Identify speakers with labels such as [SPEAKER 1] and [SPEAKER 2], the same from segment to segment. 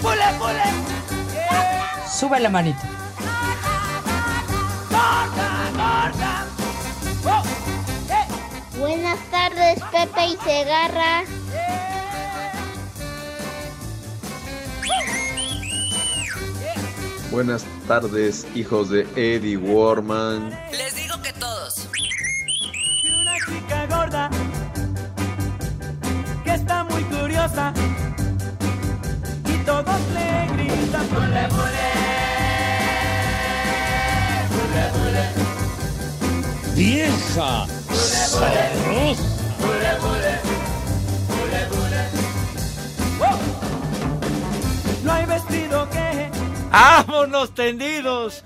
[SPEAKER 1] ¡Pule, pule!
[SPEAKER 2] Sube la manito.
[SPEAKER 1] ¡Gorda, gorda! ¡Oh! ¡Eh!
[SPEAKER 3] Buenas tardes, Pepe y Segarra.
[SPEAKER 4] Buenas tardes, hijos de Eddie Warman.
[SPEAKER 5] Les digo que todos.
[SPEAKER 1] Y una chica gorda que está muy curiosa y todos le gritan ¡Pule,
[SPEAKER 6] Vieja. Sabrosa.
[SPEAKER 1] No hay vestido que
[SPEAKER 7] ¡Vámonos tendidos!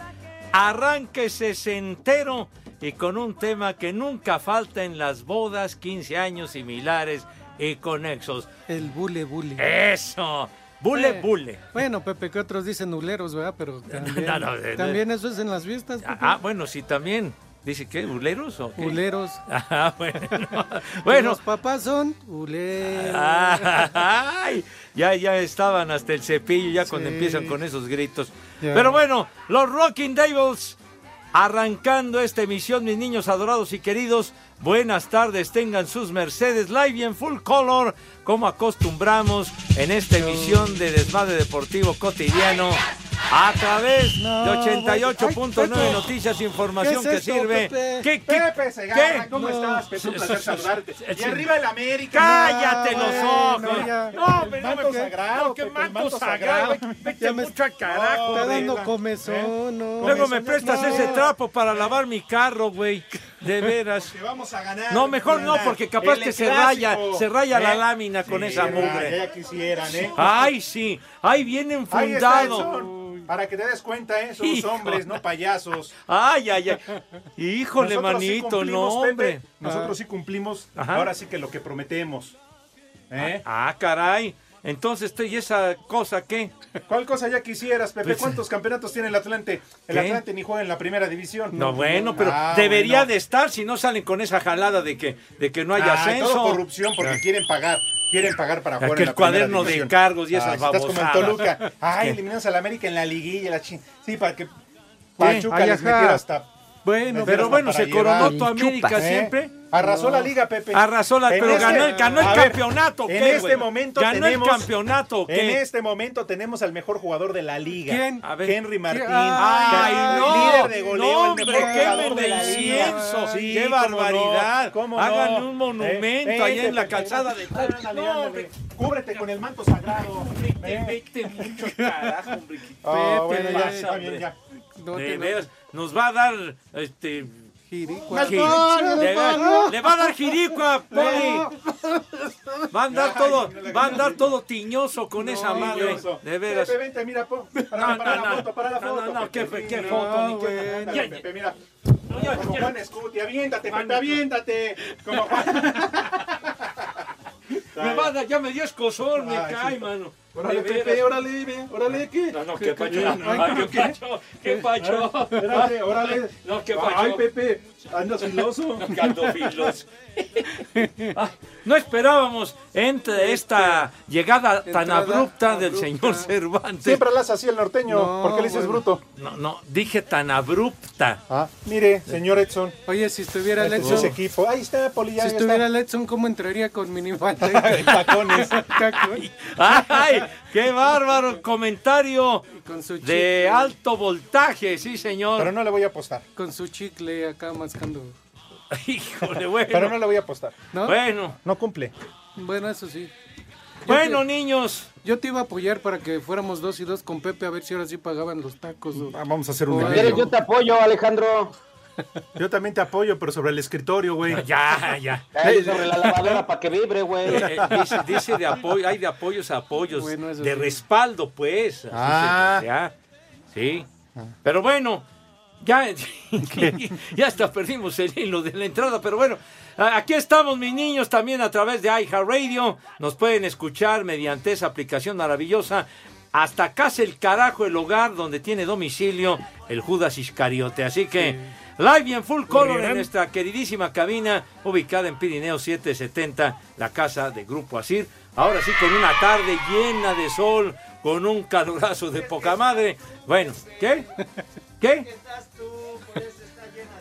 [SPEAKER 7] Arranque sesentero y con un tema que nunca falta en las bodas, 15 años similares y conexos.
[SPEAKER 8] El bule bule.
[SPEAKER 7] ¡Eso! Eh, Bule,
[SPEAKER 8] Eh,
[SPEAKER 7] bule.
[SPEAKER 8] Bueno, Pepe, que otros dicen nuleros, ¿verdad? Pero también,
[SPEAKER 7] no, no, no.
[SPEAKER 8] también eso es en las fiestas, Pepe.
[SPEAKER 7] Ah, bueno, sí, también. ¿Dice qué? ¿Buleros o qué?
[SPEAKER 8] Uleros.
[SPEAKER 7] Ah, bueno. bueno. Ah.
[SPEAKER 8] Los papás son uleros.
[SPEAKER 7] Ay, ya, ya estaban hasta el cepillo, ya cuando
[SPEAKER 8] Sí.
[SPEAKER 7] empiezan con esos gritos.
[SPEAKER 8] Ya.
[SPEAKER 7] Pero bueno, los Rocking Devils arrancando esta emisión, mis niños adorados y queridos. Buenas tardes, tengan sus Mercedes live y en full color, como acostumbramos en esta emisión de Desmadre Deportivo Cotidiano. A través
[SPEAKER 8] No,
[SPEAKER 7] de
[SPEAKER 8] ay,
[SPEAKER 7] 88.9
[SPEAKER 8] Pepe.
[SPEAKER 7] Noticias, información
[SPEAKER 8] ¿Qué es
[SPEAKER 7] que
[SPEAKER 8] esto,
[SPEAKER 7] sirve.
[SPEAKER 8] Pepe?
[SPEAKER 9] Pepe Segarra,
[SPEAKER 7] ¿Qué?
[SPEAKER 9] ¿cómo
[SPEAKER 8] No.
[SPEAKER 9] estás? Pepe, un placer saludarte. Y arriba el América.
[SPEAKER 7] ¡Cállate
[SPEAKER 8] Ah,
[SPEAKER 7] los
[SPEAKER 8] bueno,
[SPEAKER 7] ojos!
[SPEAKER 8] ya.
[SPEAKER 7] No,
[SPEAKER 9] El
[SPEAKER 7] hombre, no me
[SPEAKER 9] manto
[SPEAKER 8] ¿qué?
[SPEAKER 9] sagrado,
[SPEAKER 7] no, qué
[SPEAKER 9] Pepe, el
[SPEAKER 7] manto sagrado, güey. Vete
[SPEAKER 8] Ya me-
[SPEAKER 7] mucho al carajo,
[SPEAKER 8] Está
[SPEAKER 7] güey. ¿Eh?
[SPEAKER 8] dando comezón, no.
[SPEAKER 7] Luego me prestas
[SPEAKER 8] No.
[SPEAKER 7] ese trapo para lavar mi carro, güey. De veras.
[SPEAKER 9] Que vamos a ganar.
[SPEAKER 7] No, mejor no, porque capaz
[SPEAKER 9] El
[SPEAKER 7] que se
[SPEAKER 9] clásico.
[SPEAKER 7] raya, se raya la
[SPEAKER 9] ¿Eh?
[SPEAKER 7] lámina con
[SPEAKER 9] Sí,
[SPEAKER 7] esa mugre.
[SPEAKER 9] Ya quisieran, ¿eh?
[SPEAKER 7] Ay, sí. Ay, bien
[SPEAKER 9] Ahí está el
[SPEAKER 7] enfundado.
[SPEAKER 9] sol. Para que te des cuenta, ¿eh? Somos
[SPEAKER 7] Hijo.
[SPEAKER 9] hombres, no payasos.
[SPEAKER 7] Ay, ay, ay. Híjole,
[SPEAKER 9] Nosotros sí
[SPEAKER 7] manito, no,
[SPEAKER 9] cumplimos,
[SPEAKER 7] hombre.
[SPEAKER 9] Pepe. Nosotros sí cumplimos,
[SPEAKER 7] Ah. Ajá.
[SPEAKER 9] ahora sí que lo que prometemos. ¿Eh?
[SPEAKER 7] Ah, caray. Entonces, ¿y esa cosa qué?
[SPEAKER 9] ¿Cuál cosa ya quisieras, Pepe?
[SPEAKER 7] Pues-
[SPEAKER 9] ¿Cuántos campeonatos tiene el Atlante? El
[SPEAKER 7] ¿Qué?
[SPEAKER 9] Atlante ni juega en la primera división.
[SPEAKER 7] No, bueno, pero
[SPEAKER 9] Ah,
[SPEAKER 7] debería
[SPEAKER 9] bueno.
[SPEAKER 7] de estar si no salen con esa jalada de que, de que no hay
[SPEAKER 9] Ah,
[SPEAKER 7] ascenso.
[SPEAKER 9] todo corrupción porque quieren pagar. Quieren pagar para jugar en
[SPEAKER 7] que el
[SPEAKER 9] la primera
[SPEAKER 7] cuaderno de
[SPEAKER 9] división.
[SPEAKER 7] encargos y esas
[SPEAKER 9] Ah, Estás como el
[SPEAKER 7] babosadas.
[SPEAKER 9] Toluca. Ay, eliminamos al América en la liguilla. La chin- Sí, para que Pachuca
[SPEAKER 8] Ay,
[SPEAKER 9] les
[SPEAKER 8] ajá.
[SPEAKER 9] metiera hasta... Pero
[SPEAKER 8] Bueno,
[SPEAKER 7] Pero bueno,
[SPEAKER 9] para
[SPEAKER 7] se coronó
[SPEAKER 9] llevar.
[SPEAKER 7] tu América
[SPEAKER 9] ¿eh?
[SPEAKER 7] siempre.
[SPEAKER 9] Arrasó la liga, Pepe.
[SPEAKER 7] Arrasó la,
[SPEAKER 9] En
[SPEAKER 7] pero
[SPEAKER 9] este-
[SPEAKER 7] ganó, el- ganó el
[SPEAKER 9] a ver,
[SPEAKER 7] campeonato. ¿o
[SPEAKER 9] En
[SPEAKER 7] qué,
[SPEAKER 9] este
[SPEAKER 7] güey?
[SPEAKER 9] momento
[SPEAKER 7] ganó
[SPEAKER 9] tenemos...
[SPEAKER 7] el campeonato. ¿o
[SPEAKER 9] En
[SPEAKER 7] qué?
[SPEAKER 9] este momento tenemos al mejor jugador de la liga.
[SPEAKER 8] ¿Quién?
[SPEAKER 7] A ver.
[SPEAKER 9] Henry Martín.
[SPEAKER 8] Ay,
[SPEAKER 9] Ca-
[SPEAKER 7] no,
[SPEAKER 9] Líder de
[SPEAKER 7] no,
[SPEAKER 9] goleo, el
[SPEAKER 7] hombre,
[SPEAKER 9] mejor jugador
[SPEAKER 7] quémenle
[SPEAKER 9] de la liga.
[SPEAKER 7] incienso,
[SPEAKER 9] Sí,
[SPEAKER 7] qué
[SPEAKER 9] cómo no,
[SPEAKER 7] barbaridad.
[SPEAKER 9] cómo
[SPEAKER 7] Háganle
[SPEAKER 9] no.
[SPEAKER 7] un monumento
[SPEAKER 9] Eh,
[SPEAKER 7] ahí
[SPEAKER 9] vente,
[SPEAKER 7] en la
[SPEAKER 9] Pepe,
[SPEAKER 7] calzada de-
[SPEAKER 9] ándale, ándale,
[SPEAKER 7] No,
[SPEAKER 9] ándale.
[SPEAKER 7] hombre.
[SPEAKER 9] Cúbrete con el manto sagrado. Eh.
[SPEAKER 7] mucho carajo, hombre.
[SPEAKER 9] Ah, bueno, ya,
[SPEAKER 7] pasa,
[SPEAKER 9] está bien,
[SPEAKER 7] hombre?
[SPEAKER 9] ya.
[SPEAKER 8] no
[SPEAKER 7] De
[SPEAKER 8] te-
[SPEAKER 7] veras, nos va a dar este.
[SPEAKER 8] Jiricua.
[SPEAKER 7] jiri- le, va, le va a dar jiricua, Poli. Va a andar todo, va a andar todo tiñoso con esa madre.
[SPEAKER 9] Curioso.
[SPEAKER 7] De veras.
[SPEAKER 9] Pepe, vente, mira, po. Para, para
[SPEAKER 7] No, no,
[SPEAKER 9] la
[SPEAKER 7] no.
[SPEAKER 9] foto, para la
[SPEAKER 7] No,
[SPEAKER 9] foto.
[SPEAKER 7] no, no, qué fe- qué
[SPEAKER 9] No,
[SPEAKER 7] foto, ni qué-
[SPEAKER 9] güey,
[SPEAKER 7] Ya,
[SPEAKER 9] ándale,
[SPEAKER 7] ya.
[SPEAKER 9] Pepe, mira.
[SPEAKER 7] ya,
[SPEAKER 9] Como
[SPEAKER 7] ya.
[SPEAKER 9] Juan Escuti, aviéntate, Pepe, aviéntate. Como Juan.
[SPEAKER 7] Me va a dar- ya me dio escozón, me
[SPEAKER 9] Ay,
[SPEAKER 7] cae,
[SPEAKER 9] sí.
[SPEAKER 7] mano.
[SPEAKER 9] Órale,
[SPEAKER 7] De veras.
[SPEAKER 9] Pepe, órale, ve, órale, ¿qué?
[SPEAKER 5] No, no, qué pacho, no, ay, qué pacho, qué pacho.
[SPEAKER 9] Ah, Espérate, órale.
[SPEAKER 5] No, qué pacho.
[SPEAKER 9] Ay, Pepe, andas filoso.
[SPEAKER 5] Ando filoso.
[SPEAKER 7] Ah, no esperábamos entre esta llegada tan
[SPEAKER 9] entrada
[SPEAKER 7] abrupta del señor Cervantes.
[SPEAKER 10] Siempre las así el norteño.
[SPEAKER 7] No,
[SPEAKER 10] ¿Por qué le dices
[SPEAKER 7] bueno.
[SPEAKER 10] bruto?
[SPEAKER 7] No, no, dije tan abrupta.
[SPEAKER 10] Ah, Mire, señor Edson.
[SPEAKER 8] Oye, si estuviera el
[SPEAKER 10] Ese
[SPEAKER 8] Edson.
[SPEAKER 10] equipo. Ahí está, Poli. ya
[SPEAKER 8] Si
[SPEAKER 10] está.
[SPEAKER 8] estuviera Letson, ¿cómo entraría con minifalda?
[SPEAKER 10] tacones.
[SPEAKER 7] ¡Ay! ¡Qué bárbaro! Comentario
[SPEAKER 8] con su
[SPEAKER 7] de alto voltaje, sí, señor.
[SPEAKER 10] Pero no le voy a apostar.
[SPEAKER 8] Con su chicle acá mascando.
[SPEAKER 7] Híjole, bueno.
[SPEAKER 10] Pero no le voy a apostar.
[SPEAKER 8] ¿No?
[SPEAKER 7] Bueno.
[SPEAKER 10] No cumple.
[SPEAKER 8] Bueno, eso sí.
[SPEAKER 7] Bueno, niños.
[SPEAKER 8] Yo te iba a apoyar para que fuéramos dos y dos con Pepe a ver si ahora sí pagaban los tacos.
[SPEAKER 9] Ah,
[SPEAKER 8] o-
[SPEAKER 10] Vamos a hacer
[SPEAKER 8] o
[SPEAKER 10] un
[SPEAKER 8] algo.
[SPEAKER 10] envío.
[SPEAKER 11] te apoyo, Alejandro.
[SPEAKER 9] Yo también te apoyo, pero sobre el escritorio, güey.
[SPEAKER 7] Ya, ya.
[SPEAKER 11] Ahí sobre la lavadora para que vibre, güey.
[SPEAKER 7] Eh, eh, dice, dice de apoyo, hay de apoyos a apoyos,
[SPEAKER 8] Bueno, eso
[SPEAKER 7] de
[SPEAKER 8] sí.
[SPEAKER 7] respaldo, pues. así
[SPEAKER 10] Ah.
[SPEAKER 7] se- ya, sí. Pero bueno, ya, ya hasta perdimos el hilo de la entrada, pero bueno. a- Aquí estamos, mis niños, también a través de iHeartRadio. Nos pueden escuchar mediante esa aplicación maravillosa. Hasta casa el carajo, el hogar donde tiene domicilio el Judas Iscariote. Así que, live y en full color en
[SPEAKER 9] Bien.
[SPEAKER 7] nuestra queridísima cabina, ubicada en Pirineo 770, la casa de Grupo Asir. Ahora sí, con una tarde llena de sol, con un calorazo de poca madre. Bueno, ¿qué? ¿Qué?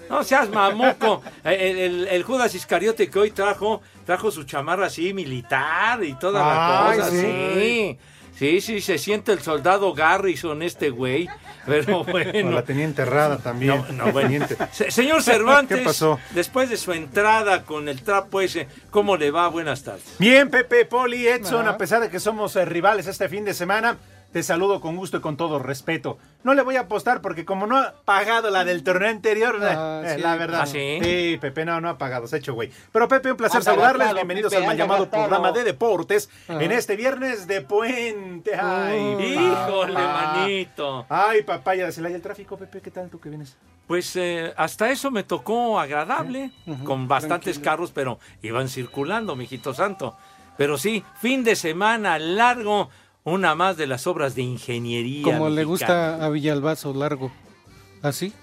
[SPEAKER 7] No seas mamoco. El, el- el Judas Iscariote que hoy trajo, trajo su chamarra así militar y toda la
[SPEAKER 10] Ay,
[SPEAKER 7] cosa.
[SPEAKER 10] sí.
[SPEAKER 7] Sí. sí, sí, se siente el soldado Garrison este güey. Pero
[SPEAKER 10] No,
[SPEAKER 7] bueno.
[SPEAKER 10] la tenía enterrada también.
[SPEAKER 7] No, bueno.
[SPEAKER 10] Teniente.
[SPEAKER 7] Se- señor Cervantes,
[SPEAKER 10] ¿Qué pasó?
[SPEAKER 7] después de su entrada con el trapo ese, ¿cómo le va? Buenas tardes.
[SPEAKER 9] Bien, Pepe, Poli, Edson, a pesar de que somos eh, rivales este fin de semana, te saludo con gusto y con todo respeto. No le voy a apostar porque como no ha pagado la del torneo anterior,
[SPEAKER 8] Ah,
[SPEAKER 9] eh,
[SPEAKER 8] sí.
[SPEAKER 9] la verdad.
[SPEAKER 7] Ah, ¿sí?
[SPEAKER 9] Pepe, no, no ha pagado, se ha hecho güey. Pero Pepe, un placer
[SPEAKER 11] Anda
[SPEAKER 9] saludarles,
[SPEAKER 11] gastado,
[SPEAKER 9] bienvenidos
[SPEAKER 11] Pepe,
[SPEAKER 9] al mal
[SPEAKER 11] anda
[SPEAKER 9] llamado
[SPEAKER 11] gastado.
[SPEAKER 9] programa de deportes
[SPEAKER 8] Ajá.
[SPEAKER 9] en este viernes de puente. Ay,
[SPEAKER 7] Híjole,
[SPEAKER 9] papá.
[SPEAKER 10] Ah.
[SPEAKER 7] manito.
[SPEAKER 9] Ay, papaya de Celaya, el tráfico, Pepe, ¿qué tal tú que vienes?
[SPEAKER 7] Pues eh, hasta eso me tocó agradable, con bastantes carros, pero iban circulando, mijito santo. Pero sí, fin de semana largo, una más de las obras de ingeniería.
[SPEAKER 8] Como le
[SPEAKER 7] mexicana.
[SPEAKER 8] gusta a Villalbazo largo. ¿Así?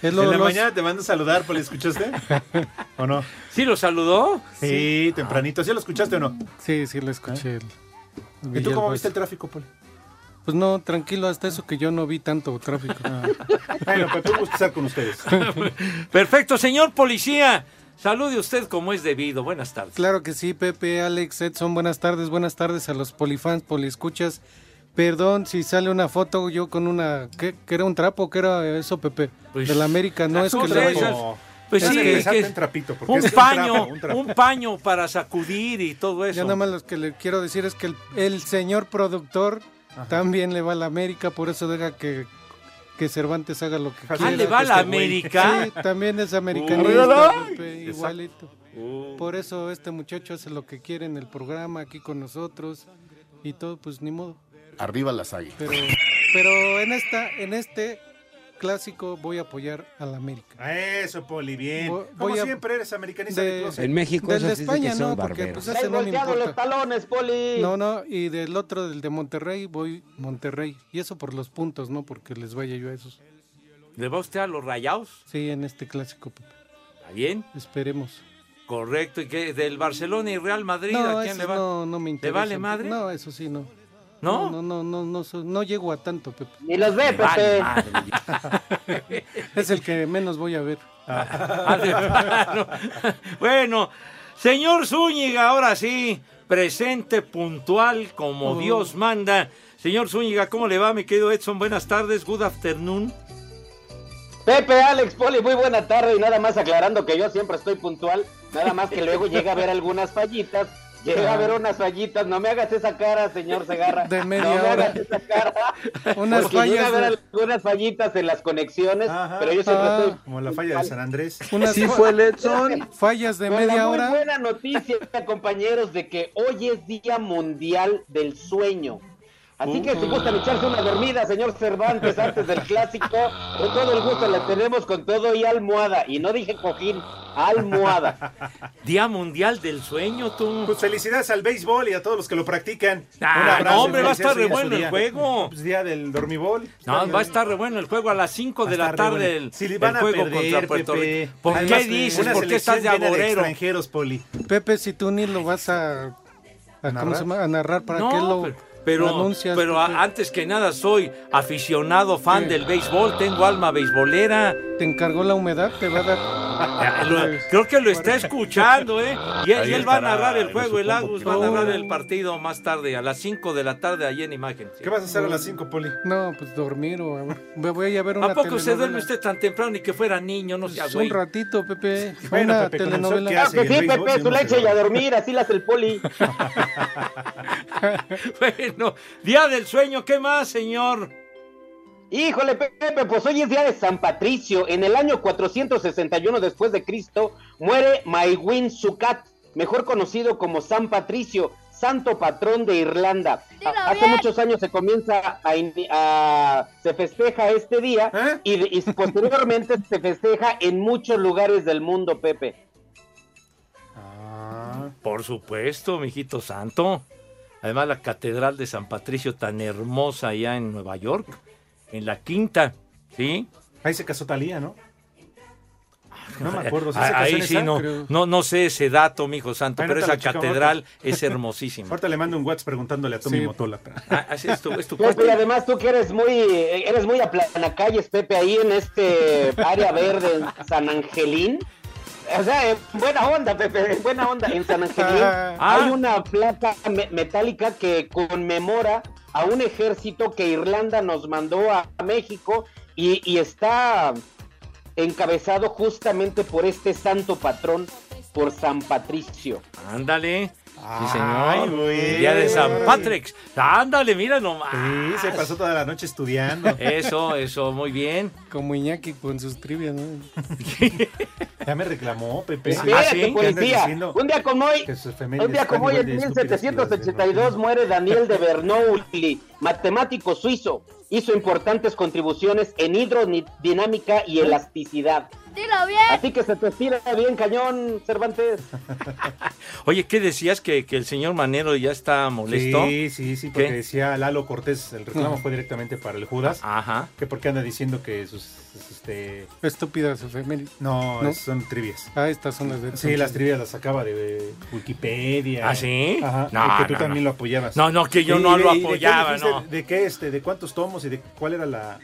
[SPEAKER 8] Es
[SPEAKER 9] en
[SPEAKER 8] lo,
[SPEAKER 9] la
[SPEAKER 8] los-
[SPEAKER 9] mañana te mando a saludar, Poli, ¿escuchaste? ¿O no?
[SPEAKER 7] ¿Sí lo saludó?
[SPEAKER 9] Sí, tempranito. ¿Sí lo escuchaste o no?
[SPEAKER 8] Sí, sí, lo escuché.
[SPEAKER 7] ¿Eh?
[SPEAKER 9] ¿Y
[SPEAKER 8] el-
[SPEAKER 9] tú cómo
[SPEAKER 8] Villalbazo.
[SPEAKER 9] viste el tráfico, Poli?
[SPEAKER 8] Pues no, tranquilo, hasta eso que yo no vi tanto tráfico. Ah,
[SPEAKER 9] Bueno, Pepe, un gusto estar con ustedes.
[SPEAKER 7] Perfecto, señor policía. Salude usted como es debido. Buenas tardes.
[SPEAKER 8] Claro que sí, Pepe, Alex, Edson, buenas tardes, buenas tardes a los polifans, poliescuchas. Perdón si sale una foto yo con una... ¿Qué, qué era un trapo? ¿Qué era eso, Pepe?
[SPEAKER 7] Pues,
[SPEAKER 8] de la América, no es que
[SPEAKER 7] Pues,
[SPEAKER 8] le
[SPEAKER 7] esas-
[SPEAKER 8] vaya...
[SPEAKER 7] pues
[SPEAKER 9] Es
[SPEAKER 7] sí,
[SPEAKER 9] que
[SPEAKER 7] es
[SPEAKER 9] salte
[SPEAKER 7] que-
[SPEAKER 9] un trapito, porque
[SPEAKER 7] un
[SPEAKER 9] es un
[SPEAKER 7] paño,
[SPEAKER 9] trapo, un trapo.
[SPEAKER 7] un paño para sacudir y todo eso.
[SPEAKER 8] Ya nada más lo que le quiero decir es que el, el señor productor también le va a la América, por eso deja que, que Cervantes haga lo que
[SPEAKER 9] Ah,
[SPEAKER 8] quiera.
[SPEAKER 7] le va a la
[SPEAKER 9] güey.
[SPEAKER 7] América.
[SPEAKER 8] Sí, también es americanista,
[SPEAKER 9] Arriba,
[SPEAKER 8] Pepe, igualito. Por eso este muchacho hace lo que quiere en el programa, aquí con nosotros y todo, pues ni modo.
[SPEAKER 12] Arriba las águilas.
[SPEAKER 8] Pero, pero en esta, en este clásico voy a apoyar al América.
[SPEAKER 9] Eso, Poli, bien.
[SPEAKER 8] Voy-
[SPEAKER 9] Como
[SPEAKER 8] voy a-
[SPEAKER 9] siempre eres americanista
[SPEAKER 8] de-
[SPEAKER 9] de, closet.
[SPEAKER 13] En México
[SPEAKER 8] Del
[SPEAKER 13] eso
[SPEAKER 8] de
[SPEAKER 13] sí dicen
[SPEAKER 8] España
[SPEAKER 13] que son
[SPEAKER 8] no, porque
[SPEAKER 13] barberos.
[SPEAKER 8] pues ese no me
[SPEAKER 11] golpeado
[SPEAKER 8] importa.
[SPEAKER 11] los talones, Poli.
[SPEAKER 8] No, no, y del otro, del de Monterrey, voy Monterrey. Y eso por los puntos, no porque les vaya yo a esos.
[SPEAKER 7] ¿Le va usted a los rayados?
[SPEAKER 8] Sí, en este clásico, Pepe.
[SPEAKER 7] ¿Está bien?
[SPEAKER 8] esperemos.
[SPEAKER 7] Correcto. ¿Y qué? ¿Del Barcelona y Real Madrid?
[SPEAKER 8] No,
[SPEAKER 7] ¿A quién
[SPEAKER 8] esos
[SPEAKER 7] le va?
[SPEAKER 8] no, no me interesa.
[SPEAKER 7] vale madre?
[SPEAKER 8] No, eso sí, no.
[SPEAKER 7] ¿No?
[SPEAKER 8] No, no, no, no, no, so- no llego a tanto, Pepe.
[SPEAKER 11] Ni los ve,
[SPEAKER 7] Le vale
[SPEAKER 11] Pepe.
[SPEAKER 7] madre.
[SPEAKER 8] Es el que menos voy a ver.
[SPEAKER 7] Ah, de plano. bueno, señor Zúñiga, ahora sí, presente, puntual, como
[SPEAKER 8] Oh.
[SPEAKER 7] Dios manda. Señor Zúñiga, ¿cómo le va, mi querido Edson? Buenas tardes, good afternoon.
[SPEAKER 11] Pepe, Alex, Poli, muy buena tarde. Y nada más aclarando que yo siempre estoy puntual. Nada más que luego llega a ver algunas fallitas. Llega a ver unas fallitas. No me hagas esa cara, señor Segarra.
[SPEAKER 8] De
[SPEAKER 11] no
[SPEAKER 8] media
[SPEAKER 11] me
[SPEAKER 8] hora.
[SPEAKER 11] hagas esa cara.
[SPEAKER 8] Unas
[SPEAKER 11] porque llega a
[SPEAKER 8] fallas.
[SPEAKER 11] ver
[SPEAKER 8] de-
[SPEAKER 11] algunas fallitas en las conexiones.
[SPEAKER 9] Ajá.
[SPEAKER 11] Pero yo siempre
[SPEAKER 8] Ah.
[SPEAKER 11] estoy.
[SPEAKER 9] Como la falla de San Andrés.
[SPEAKER 8] unas
[SPEAKER 12] Sí
[SPEAKER 8] fa-
[SPEAKER 12] fue el Edson.
[SPEAKER 8] fallas de
[SPEAKER 11] Con la
[SPEAKER 8] media
[SPEAKER 11] muy
[SPEAKER 8] hora.
[SPEAKER 11] buena noticia, compañeros, de que hoy es Día Mundial del Sueño. Así que si gustan echarse una dormida, señor Cervantes, antes del clásico, con todo el gusto la tenemos con todo y almohada. Y no dije cojín, Almohada.
[SPEAKER 7] Día Mundial del Sueño, tú.
[SPEAKER 9] Pues felicidades al béisbol y a todos los que lo practican.
[SPEAKER 7] Ah,
[SPEAKER 9] Un abrazo,
[SPEAKER 7] no, hombre, va a estar
[SPEAKER 9] felicidades hoy
[SPEAKER 7] re
[SPEAKER 9] su
[SPEAKER 7] bueno el
[SPEAKER 9] día.
[SPEAKER 7] juego.
[SPEAKER 9] Pues día del dormibol. Pues
[SPEAKER 7] No,
[SPEAKER 9] día
[SPEAKER 7] va a
[SPEAKER 9] del-
[SPEAKER 7] estar re bueno el juego a las 5 de
[SPEAKER 9] Va a
[SPEAKER 7] la
[SPEAKER 9] estar re
[SPEAKER 7] tarde
[SPEAKER 9] bueno.
[SPEAKER 7] el,
[SPEAKER 9] Si le
[SPEAKER 7] el
[SPEAKER 9] van a
[SPEAKER 7] juego
[SPEAKER 9] perder,
[SPEAKER 7] contra Puerto
[SPEAKER 9] Pepe.
[SPEAKER 7] Rico. ¿Por
[SPEAKER 9] Además,
[SPEAKER 7] qué dices?
[SPEAKER 9] una
[SPEAKER 7] ¿Por qué estás de
[SPEAKER 9] selección llena
[SPEAKER 7] agorero?
[SPEAKER 9] extranjeros, Poli.
[SPEAKER 8] Pepe, si tú ni lo vas a, a, ¿cómo se llama? a narrar, ¿para
[SPEAKER 7] No,
[SPEAKER 8] qué lo, lo
[SPEAKER 7] Pero,
[SPEAKER 8] anuncias?
[SPEAKER 7] pero a- antes que nada soy aficionado, fan del béisbol, tengo alma beisbolera.
[SPEAKER 8] Te encargó la humedad, te va a dar.
[SPEAKER 7] Lo- creo que lo está escuchando, ¿eh? Y él,
[SPEAKER 8] Ahí
[SPEAKER 7] y él va a
[SPEAKER 8] estará,
[SPEAKER 7] narrar el
[SPEAKER 8] lo
[SPEAKER 7] juego, el
[SPEAKER 8] supongo
[SPEAKER 7] Agus
[SPEAKER 8] que
[SPEAKER 7] va a
[SPEAKER 8] no.
[SPEAKER 7] narrar el partido más tarde, a las 5 de la tarde, ahí en imagen.
[SPEAKER 9] ¿Qué vas a hacer a las 5, Poli?
[SPEAKER 8] No, pues dormir o me voy a ir a ver una
[SPEAKER 7] ¿A poco se
[SPEAKER 8] telenovela.
[SPEAKER 7] duerme usted tan temprano y que fuera niño? No sea
[SPEAKER 8] Pues
[SPEAKER 7] güey.
[SPEAKER 8] Un ratito, Pepe.
[SPEAKER 7] Bueno,
[SPEAKER 8] una
[SPEAKER 7] Pepe, con el sol
[SPEAKER 8] telenovela.
[SPEAKER 7] que hace y el
[SPEAKER 11] Sí, Pepe, su leche y a dormir, así las el poli.
[SPEAKER 7] bueno, día del sueño, ¿qué más, señor?
[SPEAKER 11] Híjole, Pepe, pues hoy es día de San Patricio. En el año 461 después de Cristo muere Maywin Sukat, mejor conocido como San Patricio, santo patrón de Irlanda. A- Hace muchos años se comienza a, ini- a- se festeja este día y, y posteriormente se festeja en muchos lugares del mundo, Pepe.
[SPEAKER 9] Ah.
[SPEAKER 7] Por supuesto, mijito santo. Además, la Catedral de San Patricio, tan hermosa allá en Nueva York, en la quinta, ¿sí?
[SPEAKER 9] Ahí se casó Talía, ¿no? No me acuerdo. ¿sí se casó
[SPEAKER 7] Ah, Ahí
[SPEAKER 9] en
[SPEAKER 7] sí,
[SPEAKER 9] esa?
[SPEAKER 7] no,
[SPEAKER 9] Creo.
[SPEAKER 7] no, no sé ese dato, mijo santo,
[SPEAKER 9] Bueno,
[SPEAKER 7] pero
[SPEAKER 9] ahorita
[SPEAKER 7] esa
[SPEAKER 9] lo checamos,
[SPEAKER 7] catedral
[SPEAKER 9] ahorita.
[SPEAKER 7] es hermosísima.
[SPEAKER 9] Ahorita le mando un WhatsApp preguntándole a Tommy Motola.
[SPEAKER 7] Ah, ah, sí, es tu- es tu
[SPEAKER 9] Pues
[SPEAKER 11] Pepe, y
[SPEAKER 7] cuate.
[SPEAKER 11] además tú que eres muy, eres muy aplanacalles, Pepe, ahí en este área verde en San Angelín. O sea, en buena onda, Pepe, en buena onda. En San Angelín
[SPEAKER 7] Ah.
[SPEAKER 11] hay una placa me- metálica que conmemora a un ejército que Irlanda nos mandó a a México y, y está encabezado justamente por este santo patrón, por San Patricio.
[SPEAKER 7] Ándale. Sí,
[SPEAKER 9] Ay,
[SPEAKER 7] señor.
[SPEAKER 9] güey.
[SPEAKER 7] Día de San Patrick. Ándale, mira nomás.
[SPEAKER 9] Sí, se pasó toda la noche estudiando.
[SPEAKER 7] Eso, eso, muy bien.
[SPEAKER 8] Como Iñaki con sus trivias, ¿no?
[SPEAKER 9] Ya me reclamó, Pepe.
[SPEAKER 11] Espérate,
[SPEAKER 9] Pues, ah, ¿Qué andas
[SPEAKER 11] policía.
[SPEAKER 9] diciendo?
[SPEAKER 11] Un día como hoy,
[SPEAKER 9] Que sus efemérides
[SPEAKER 11] un día como hoy,
[SPEAKER 9] están
[SPEAKER 11] en
[SPEAKER 9] igual de estúpidas que las de
[SPEAKER 11] 1782, muere Daniel de Bernoulli, matemático suizo. Hizo importantes contribuciones en hidrodinámica y elasticidad.
[SPEAKER 14] Dilo bien.
[SPEAKER 11] Así que se te estira bien, cañón, Cervantes.
[SPEAKER 7] Oye, ¿qué decías que, que el señor Manero ya está molesto?
[SPEAKER 9] Sí, sí, sí,
[SPEAKER 7] ¿Qué? Mm. Ah.
[SPEAKER 9] porque decía Lalo Cortés, el reclamo fue directamente para el Judas.
[SPEAKER 7] Ajá.
[SPEAKER 9] Que porque anda diciendo que sus, sus, este...
[SPEAKER 8] Estúpidas efemérides.
[SPEAKER 9] No, es- son trivias.
[SPEAKER 8] Ah, estas son las de.
[SPEAKER 9] Sí, las trivias las sacaba de Wikipedia.
[SPEAKER 7] ¿Ah, sí?
[SPEAKER 9] Ajá,
[SPEAKER 7] No,
[SPEAKER 9] y que tú
[SPEAKER 7] no,
[SPEAKER 9] también
[SPEAKER 7] no.
[SPEAKER 9] lo apoyabas.
[SPEAKER 7] No, no, que yo
[SPEAKER 9] Y-
[SPEAKER 7] no
[SPEAKER 9] y de- y
[SPEAKER 7] lo
[SPEAKER 9] de qué
[SPEAKER 7] apoyaba,
[SPEAKER 9] dijiste,
[SPEAKER 7] no.
[SPEAKER 9] ¿De qué, este, de cuántos tomos y de cuál era la...?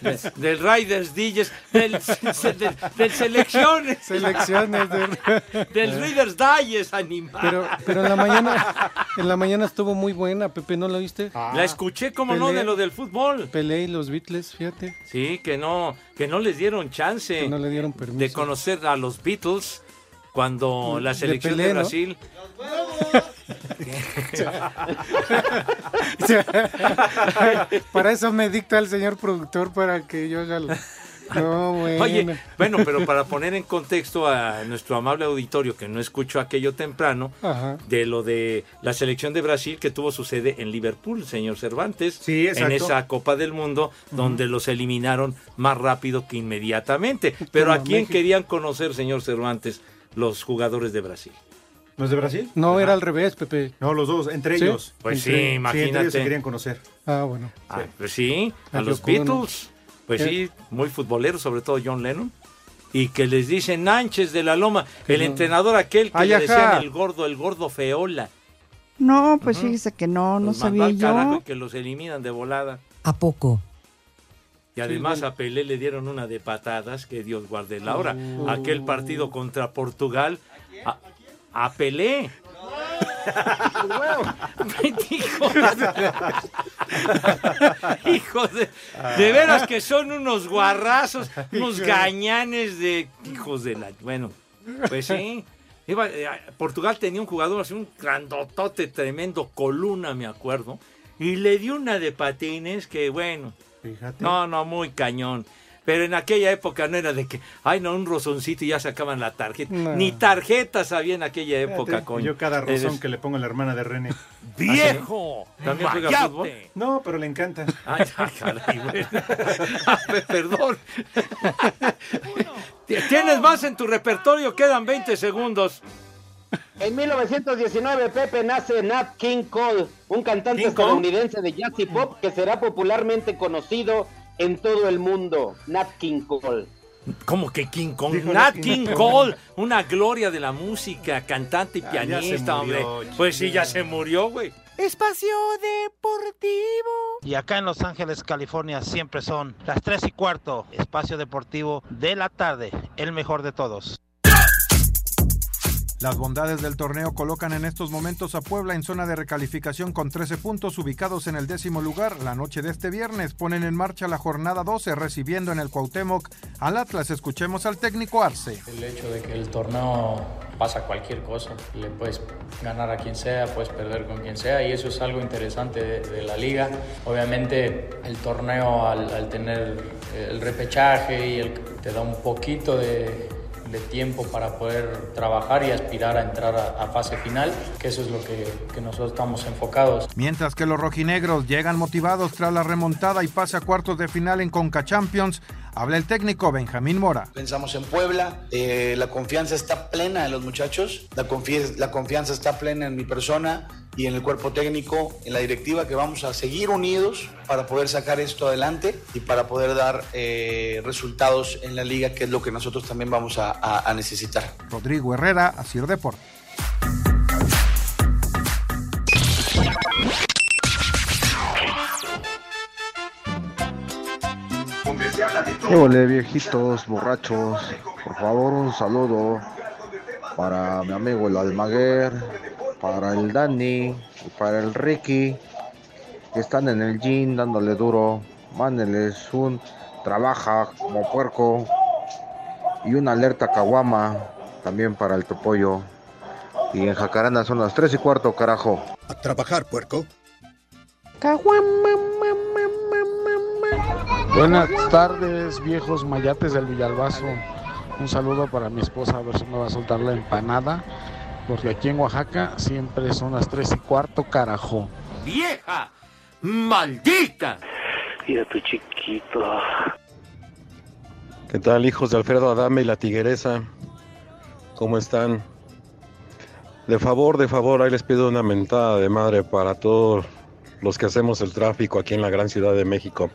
[SPEAKER 7] De- del Riders DJs, del, se- del, del Selecciones.
[SPEAKER 8] Selecciones de-
[SPEAKER 7] Del Readers Digest, animal.
[SPEAKER 8] Pero, pero en la mañana, en la mañana estuvo muy buena, Pepe, ¿no la viste?
[SPEAKER 7] La escuché como no
[SPEAKER 8] Pelé.
[SPEAKER 7] de lo del fútbol.
[SPEAKER 8] Pelé y los Beatles, fíjate.
[SPEAKER 7] Sí, que no, que no les dieron chance
[SPEAKER 8] Que no le dieron permiso.
[SPEAKER 7] de conocer a los Beatles cuando la
[SPEAKER 8] De
[SPEAKER 7] selección de,
[SPEAKER 8] Pelé, ¿no?
[SPEAKER 7] Brasil.
[SPEAKER 8] para eso me dicta el señor productor para que yo haga lo. No, bueno.
[SPEAKER 7] Oye, bueno, pero para poner en contexto a nuestro amable auditorio que no escuchó aquello temprano,
[SPEAKER 8] Ajá.
[SPEAKER 7] de lo de la selección de Brasil que tuvo su sede en Liverpool, señor Cervantes,
[SPEAKER 9] exacto.
[SPEAKER 7] en esa Copa del Mundo donde los eliminaron más rápido que inmediatamente. Pero
[SPEAKER 8] Como
[SPEAKER 7] a quién
[SPEAKER 8] México.
[SPEAKER 7] querían conocer, señor Cervantes, los jugadores de Brasil.
[SPEAKER 9] ¿Los de Brasil?
[SPEAKER 8] No, era al revés, Pepe.
[SPEAKER 9] No, los dos, entre
[SPEAKER 8] ¿Sí?
[SPEAKER 9] ellos.
[SPEAKER 7] Pues sí,
[SPEAKER 9] Entre- entre ellos
[SPEAKER 7] imagínate.
[SPEAKER 9] se querían conocer.
[SPEAKER 8] Ah, bueno.
[SPEAKER 7] Ah, pues sí,
[SPEAKER 8] La
[SPEAKER 7] a los
[SPEAKER 8] locura, ¿no?
[SPEAKER 7] Beatles, pues
[SPEAKER 8] Eh.
[SPEAKER 7] sí, muy futboleros, sobre todo John Lennon. Y que les dicen Nánchez de la Loma, el
[SPEAKER 8] no.
[SPEAKER 7] entrenador aquel que
[SPEAKER 8] Ay,
[SPEAKER 7] le decían
[SPEAKER 8] ajá.
[SPEAKER 7] el gordo, el gordo feola.
[SPEAKER 13] No, pues
[SPEAKER 7] Ujú.
[SPEAKER 13] fíjese que no, no
[SPEAKER 7] los mandó
[SPEAKER 13] sabía
[SPEAKER 7] al carajo y
[SPEAKER 13] yo.
[SPEAKER 7] que los eliminan de volada.
[SPEAKER 15] ¿A poco?
[SPEAKER 7] Y además a Pelé le dieron una de patadas, que Dios guarde la hora.
[SPEAKER 8] Oh.
[SPEAKER 7] Aquel partido contra Portugal. A, a Pelé. Hijo de- Hijo de, de veras que son unos guarrazos, unos gañanes de hijos de la. Bueno, pues sí. Iba- eh, Portugal tenía un jugador así, un grandotote tremendo, columna, me acuerdo. Y le dio una de patines que, bueno,
[SPEAKER 9] Fíjate.
[SPEAKER 7] no, no, muy cañón. Pero en aquella época no era de que, ay, no, un rozoncito y ya sacaban la tarjeta.
[SPEAKER 9] No.
[SPEAKER 7] Ni tarjetas había en aquella época,
[SPEAKER 9] Fíjate,
[SPEAKER 7] coño.
[SPEAKER 9] Yo cada razón
[SPEAKER 7] Eres-
[SPEAKER 9] que Ah, le pongo a la hermana de René.
[SPEAKER 7] ¡Viejo! ¿También juega
[SPEAKER 9] Mayate.
[SPEAKER 7] fútbol?
[SPEAKER 9] No, pero le encanta.
[SPEAKER 7] Ah, Ay, ay, caray, bueno. Ah, pe- Perdón. Tienes más en tu repertorio, quedan 20 segundos.
[SPEAKER 11] En 1919, Pepe nace Nat King Cole, un cantante estadounidense de jazz y pop que será popularmente conocido en todo el mundo. Nat King Cole.
[SPEAKER 7] ¿Cómo que King Kong?
[SPEAKER 11] Dijo Nat
[SPEAKER 7] Nat King
[SPEAKER 11] King
[SPEAKER 7] Cole, una gloria de la música, cantante y
[SPEAKER 9] Ah, ya se
[SPEAKER 7] pianista,
[SPEAKER 9] murió,
[SPEAKER 7] hombre. Pues sí, ya se murió, güey.
[SPEAKER 5] Espacio Deportivo.
[SPEAKER 16] Y acá en Los Ángeles, California, siempre son las 3 y cuarto, espacio deportivo de la tarde, el mejor de todos.
[SPEAKER 17] Las bondades del torneo colocan en estos momentos a Puebla en zona de recalificación con 13 puntos ubicados en el décimo lugar. La noche de este viernes ponen en marcha la jornada 12 recibiendo en el Cuauhtémoc al Atlas. Escuchemos al técnico Arce.
[SPEAKER 18] El hecho de que el torneo pasa cualquier cosa, le puedes ganar a quien sea, puedes perder con quien sea y eso es algo interesante de, de la liga. Obviamente el torneo al, al tener eh, el repechaje y el, te da un poquito de, de tiempo para poder trabajar y aspirar a entrar a, a fase final, que eso es lo que- que nosotros estamos enfocados.
[SPEAKER 17] Mientras que los rojinegros llegan motivados tras la remontada y pase a cuartos de final en Conca Champions, habla el técnico Benjamín Mora.
[SPEAKER 8] Pensamos en Puebla, eh, la confianza está plena en los muchachos, la, confie- la confianza está plena en mi persona y en el cuerpo técnico, en la directiva, que vamos a seguir unidos para poder sacar esto adelante y para poder dar eh, resultados en la liga, que es lo que nosotros también vamos a- a- a necesitar.
[SPEAKER 17] Rodrigo Herrera, Asir Deportes.
[SPEAKER 19] ¿Qué ole, viejitos, borrachos? Por favor, un saludo para mi amigo el Almaguer, para el Dani y para el Ricky, que están en el gym dándole duro. Mándenles un trabaja como puerco y una alerta caguama también para el Topollo. Y en Jacaranda son las 3 y cuarto, carajo. A trabajar, puerco.
[SPEAKER 20] Buenas tardes, viejos mayates del Villalbazo. Un saludo para mi esposa, a ver si me va a soltar la empanada. Porque aquí en Oaxaca siempre son las 3 y cuarto, carajo.
[SPEAKER 7] ¡Vieja! ¡Maldita!
[SPEAKER 21] Mira tu chiquito.
[SPEAKER 15] ¿Qué tal, hijos de Alfredo Adame y la Tigresa? ¿Cómo están? De favor, de favor, ahí les pido una mentada de madre para todos los que hacemos el tráfico aquí en la gran ciudad de México.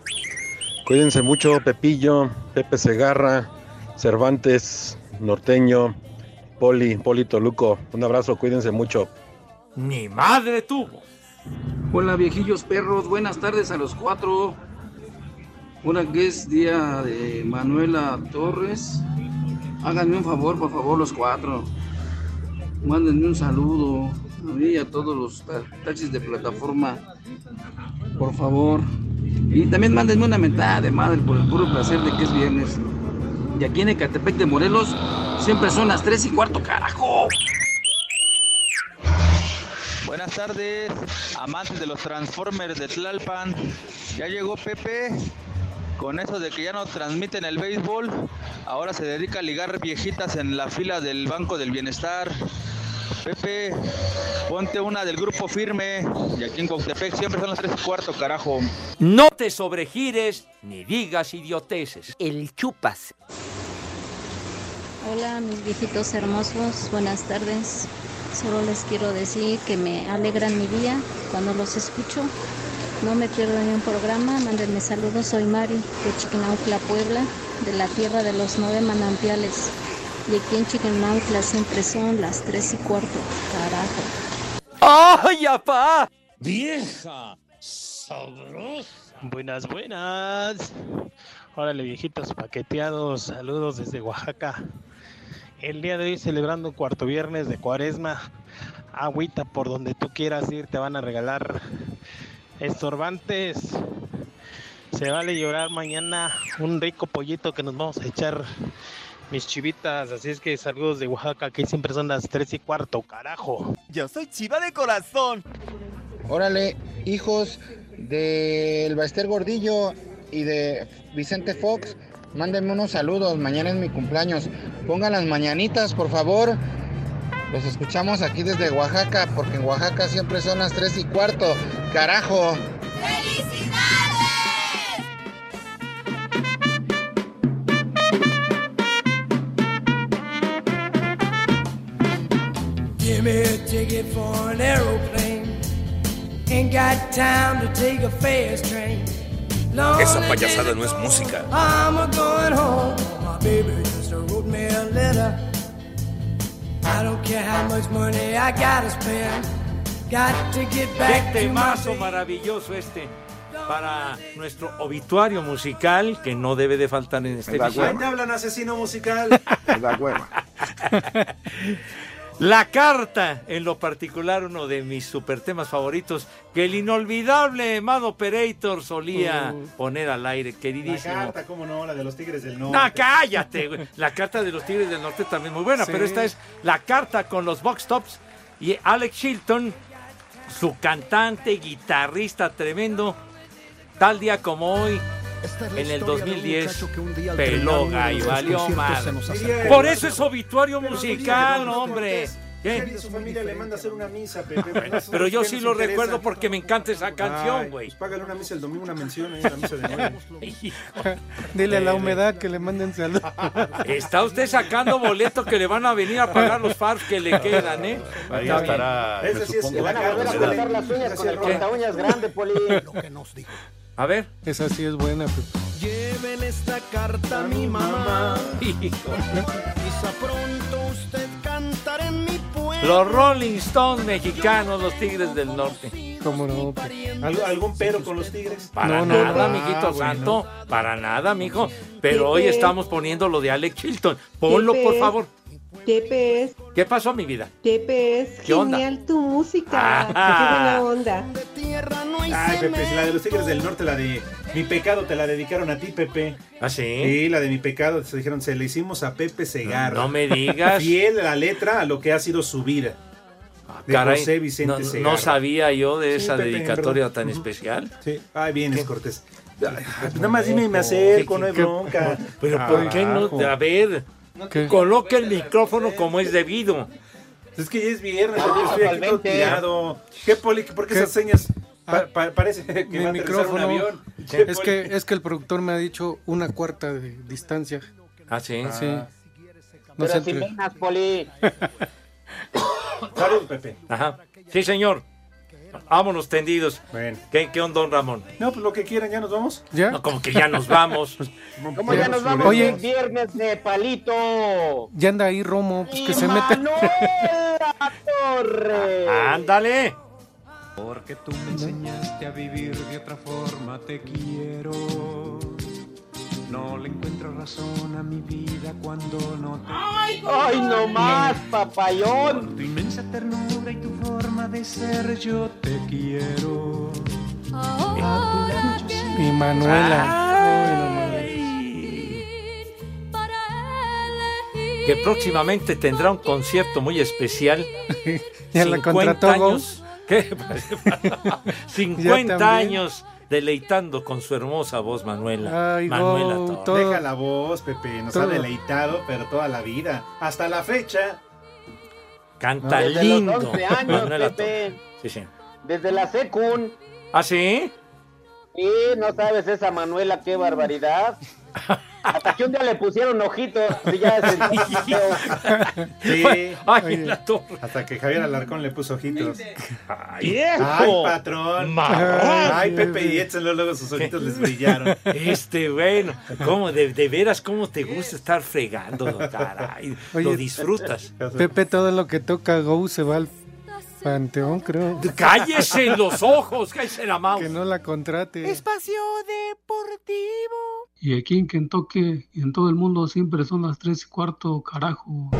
[SPEAKER 15] Cuídense mucho, Pepillo, Pepe Segarra, Cervantes, Norteño, Poli, Poli Toluco. Un abrazo, cuídense mucho.
[SPEAKER 7] Mi madre tuvo.
[SPEAKER 22] Hola viejillos perros, buenas tardes a los cuatro. Ahora que es día de Manuela Torres, háganme un favor, por favor, los cuatro. Mándenme un saludo a mí y a todos los ta- taxis de plataforma, por favor. Y también mándenme una mentada de madre por el puro placer de que es viernes. Y aquí en Ecatepec de Morelos siempre son las tres y cuarto, carajo.
[SPEAKER 23] Buenas tardes, amantes de los Transformers de Tlalpan. Ya llegó Pepe. Con eso de que ya no transmiten el béisbol, ahora se dedica a ligar viejitas en la fila del Banco del Bienestar. Pepe, ponte una del grupo firme. Y aquí en Coctepec siempre son las tres y cuarto, carajo.
[SPEAKER 7] No te sobregires ni digas idioteces. El chupas.
[SPEAKER 24] Hola mis viejitos hermosos, buenas tardes. Solo les quiero decir que me alegran mi día cuando los escucho. No me pierdo ni un programa, mándenme saludos, soy Mari de Chiquinautla, Puebla, de la tierra de los nueve manantiales. Y aquí en Chiquinautla siempre son las tres y cuarto, carajo.
[SPEAKER 7] ¡Ay, apá!
[SPEAKER 25] ¡Vieja! ¡Sabrosa! Buenas, buenas. Órale, viejitos paqueteados. Saludos desde Oaxaca. El día de hoy celebrando cuarto viernes de cuaresma. Agüita por donde tú quieras ir, te van a regalar estorbantes. Se vale llorar mañana un rico pollito que nos vamos a echar mis chivitas. Así es que saludos de Oaxaca, que siempre son las tres y cuarto, carajo.
[SPEAKER 26] Yo soy chiva de corazón.
[SPEAKER 27] Órale, hijos del Baester Gordillo y de Vicente Fox, mándenme unos saludos. Mañana es mi cumpleaños. Pongan las mañanitas, por favor. Los escuchamos aquí desde Oaxaca, porque en Oaxaca siempre son las 3 y cuarto. ¡Carajo!
[SPEAKER 1] me a ticket for an aeroplane. Ain't got time to take a fast train. Long
[SPEAKER 28] Esa
[SPEAKER 1] as
[SPEAKER 28] payasada no es música.
[SPEAKER 1] I'm a going home. My baby just wrote me a letter. I don't care how much money I gotta spend. Got to get back
[SPEAKER 7] Qué
[SPEAKER 1] to my
[SPEAKER 7] temazo Este maravilloso este para nuestro obituario musical que no debe de faltar en este
[SPEAKER 9] Ahí
[SPEAKER 7] video.
[SPEAKER 9] te hablan asesino musical.
[SPEAKER 7] La carta, en lo particular, uno de mis super temas favoritos que el inolvidable Mado Pereitor solía
[SPEAKER 9] Uh.
[SPEAKER 7] poner al aire,
[SPEAKER 9] La
[SPEAKER 7] queridísimo.
[SPEAKER 9] carta, cómo no, la de los Tigres del Norte.
[SPEAKER 7] No, cállate, güey. La carta de los Tigres del Norte también muy buena,
[SPEAKER 9] Sí.
[SPEAKER 7] pero esta es la carta con los box tops y Alex Shilton, su cantante, guitarrista tremendo, tal día como hoy. En el 2010 peló gallo, valió madre. Por eso es obituario
[SPEAKER 9] pues,
[SPEAKER 7] musical, hombre. ¿Qué?
[SPEAKER 9] ¿Qué? Su familia le manda a hacer una misa, Pepe.
[SPEAKER 7] Pero yo sí lo recuerdo porque me encanta esa canción,
[SPEAKER 9] Ay,
[SPEAKER 7] güey.
[SPEAKER 9] Pues págale una misa el domingo, una mención ahí, una misa de nuevo.
[SPEAKER 8] Dile a la humedad que le manden salud.
[SPEAKER 7] Está usted sacando boletos que le van a venir a pagar los fans que le quedan, ¿eh? Está
[SPEAKER 29] Ahí
[SPEAKER 7] bien.
[SPEAKER 29] estará, me Ese sí es- supongo, van a la volver a humedad. cortar las uñas con el
[SPEAKER 7] ¿Qué?
[SPEAKER 29] corta uñas grande,
[SPEAKER 11] Poli.
[SPEAKER 7] A ver.
[SPEAKER 8] Esa sí es buena. pues, Pepe.
[SPEAKER 1] Lleven esta carta a mi mamá. Quizá pronto usted cantará en mi pueblo.
[SPEAKER 7] Los Rolling Stones mexicanos, los Tigres del Norte.
[SPEAKER 8] ¿Cómo no? pues.
[SPEAKER 9] ¿Algo- ¿Algún pero con los Tigres?
[SPEAKER 7] Para
[SPEAKER 9] No, no,
[SPEAKER 7] nada,
[SPEAKER 9] no.
[SPEAKER 7] amiguito
[SPEAKER 9] Ah, bueno.
[SPEAKER 7] santo. Para nada, mijo. Pero hoy
[SPEAKER 5] Pepe.
[SPEAKER 7] estamos poniendo lo de Alex Chilton. Ponlo, por
[SPEAKER 5] Pepe.
[SPEAKER 7] favor.
[SPEAKER 5] Tepe es,
[SPEAKER 7] ¿Qué pasó, mi vida?
[SPEAKER 5] Tepe es
[SPEAKER 7] ¿Qué onda?
[SPEAKER 5] genial tu música.
[SPEAKER 7] Ah.
[SPEAKER 5] Qué buena onda.
[SPEAKER 9] Ay, Pepe, si la de los Tigres del Norte, la de Mi Pecado, te la dedicaron a ti, Pepe.
[SPEAKER 7] ¿Ah, sí?
[SPEAKER 9] Sí, la de Mi Pecado, se dijeron, se le hicimos a Pepe Segarra.
[SPEAKER 7] No me digas.
[SPEAKER 9] Fiel a la letra a lo que ha sido su vida. De
[SPEAKER 7] Ah, Caray,
[SPEAKER 9] José Vicente
[SPEAKER 7] no, no
[SPEAKER 9] Segarra.
[SPEAKER 7] sabía yo de
[SPEAKER 9] Sí,
[SPEAKER 7] esa
[SPEAKER 9] Pepe,
[SPEAKER 7] dedicatoria
[SPEAKER 9] perdón.
[SPEAKER 7] tan
[SPEAKER 9] Ujú.
[SPEAKER 7] especial.
[SPEAKER 9] Sí. Ay, vienes, Cortés. Ay, pues nada más dime y me acerco, no hay bronca.
[SPEAKER 7] Pero ¿por qué no? A ver, coloca el micrófono como es debido.
[SPEAKER 9] Pues Es que ya es viernes, yo estoy aquí todo
[SPEAKER 7] totalmente.
[SPEAKER 9] tirado. ¿Qué, Poli? ¿Por qué, esas señas? Pa- pa- parece que
[SPEAKER 8] Mi
[SPEAKER 9] va a aterrizar un
[SPEAKER 8] micrófono.
[SPEAKER 9] avión. ¿Qué,
[SPEAKER 8] Es
[SPEAKER 9] Poli?
[SPEAKER 8] que, es que el productor me ha dicho una cuarta de distancia.
[SPEAKER 7] Ah, sí.
[SPEAKER 8] Sí.
[SPEAKER 7] Ah.
[SPEAKER 8] No
[SPEAKER 11] Pero
[SPEAKER 8] sé
[SPEAKER 11] sin
[SPEAKER 8] entre-
[SPEAKER 11] venas, Poli.
[SPEAKER 9] Salud, Pepe.
[SPEAKER 7] Ajá. Sí, señor. Vámonos tendidos. ¿Qué, ¿Qué onda, don Ramón?
[SPEAKER 9] No, pues lo que quieran, ¿ya nos vamos?
[SPEAKER 8] ¿Ya?
[SPEAKER 7] No, como que ya nos vamos.
[SPEAKER 11] ¿Cómo ya nos vamos?
[SPEAKER 8] Oye.
[SPEAKER 11] Oye. Viernes de palito.
[SPEAKER 8] Ya anda ahí Romo, pues que se mete. Ah,
[SPEAKER 11] Manuela Torres.
[SPEAKER 7] Ándale.
[SPEAKER 15] Porque tú me enseñaste a vivir de otra forma, te quiero. No le encuentro razón a mi vida cuando no te.
[SPEAKER 11] Ay, Ay, no más, papayón.
[SPEAKER 15] Tu inmensa ternura y tu forma de ser, yo te quiero.
[SPEAKER 8] Y
[SPEAKER 15] Ah,
[SPEAKER 8] Manuela.
[SPEAKER 7] Que próximamente tendrá un concierto muy especial.
[SPEAKER 8] Ya la
[SPEAKER 7] 50
[SPEAKER 8] contrató,
[SPEAKER 7] años. ¿Qué? 50
[SPEAKER 8] también.
[SPEAKER 7] años deleitando con su hermosa voz, Manuela.
[SPEAKER 9] Ay,
[SPEAKER 7] Manuela
[SPEAKER 9] Gou,
[SPEAKER 7] Torres.
[SPEAKER 9] Deja la voz, Pepe. Nos
[SPEAKER 7] todo.
[SPEAKER 9] ha deleitado, pero toda la vida. Hasta la fecha.
[SPEAKER 7] Canta
[SPEAKER 9] Desde los
[SPEAKER 7] lindo.
[SPEAKER 9] 11 años,
[SPEAKER 7] Manuela
[SPEAKER 11] Pepe.
[SPEAKER 7] Torres. Sí, sí.
[SPEAKER 11] Desde la secun.
[SPEAKER 7] ¿Ah, sí?
[SPEAKER 11] Sí, no sabes esa Manuela, qué barbaridad. Hasta que un día le pusieron ojitos y ya se sintió feo.
[SPEAKER 9] Sí.
[SPEAKER 7] Ay,
[SPEAKER 11] la
[SPEAKER 9] Hasta que Javier Alarcón le puso ojitos. Ay,
[SPEAKER 7] ¡Viejo!
[SPEAKER 9] ay, patrón.
[SPEAKER 7] Marrón.
[SPEAKER 9] Ay, Pepe y Edson, luego luego sus ojitos les brillaron.
[SPEAKER 7] Este, bueno, ¿cómo, de, de veras, cómo te gusta estar fregando, caray. Lo
[SPEAKER 8] Oye,
[SPEAKER 7] disfrutas.
[SPEAKER 8] Pepe, todo lo que toca Go se va al panteón, creo.
[SPEAKER 7] Cállese los ojos, cállese la mano.
[SPEAKER 8] Que no la contrate.
[SPEAKER 1] Espacio Deportivo.
[SPEAKER 14] Y aquí en Kentucky y en todo el mundo siempre son las tres y cuarto, carajo.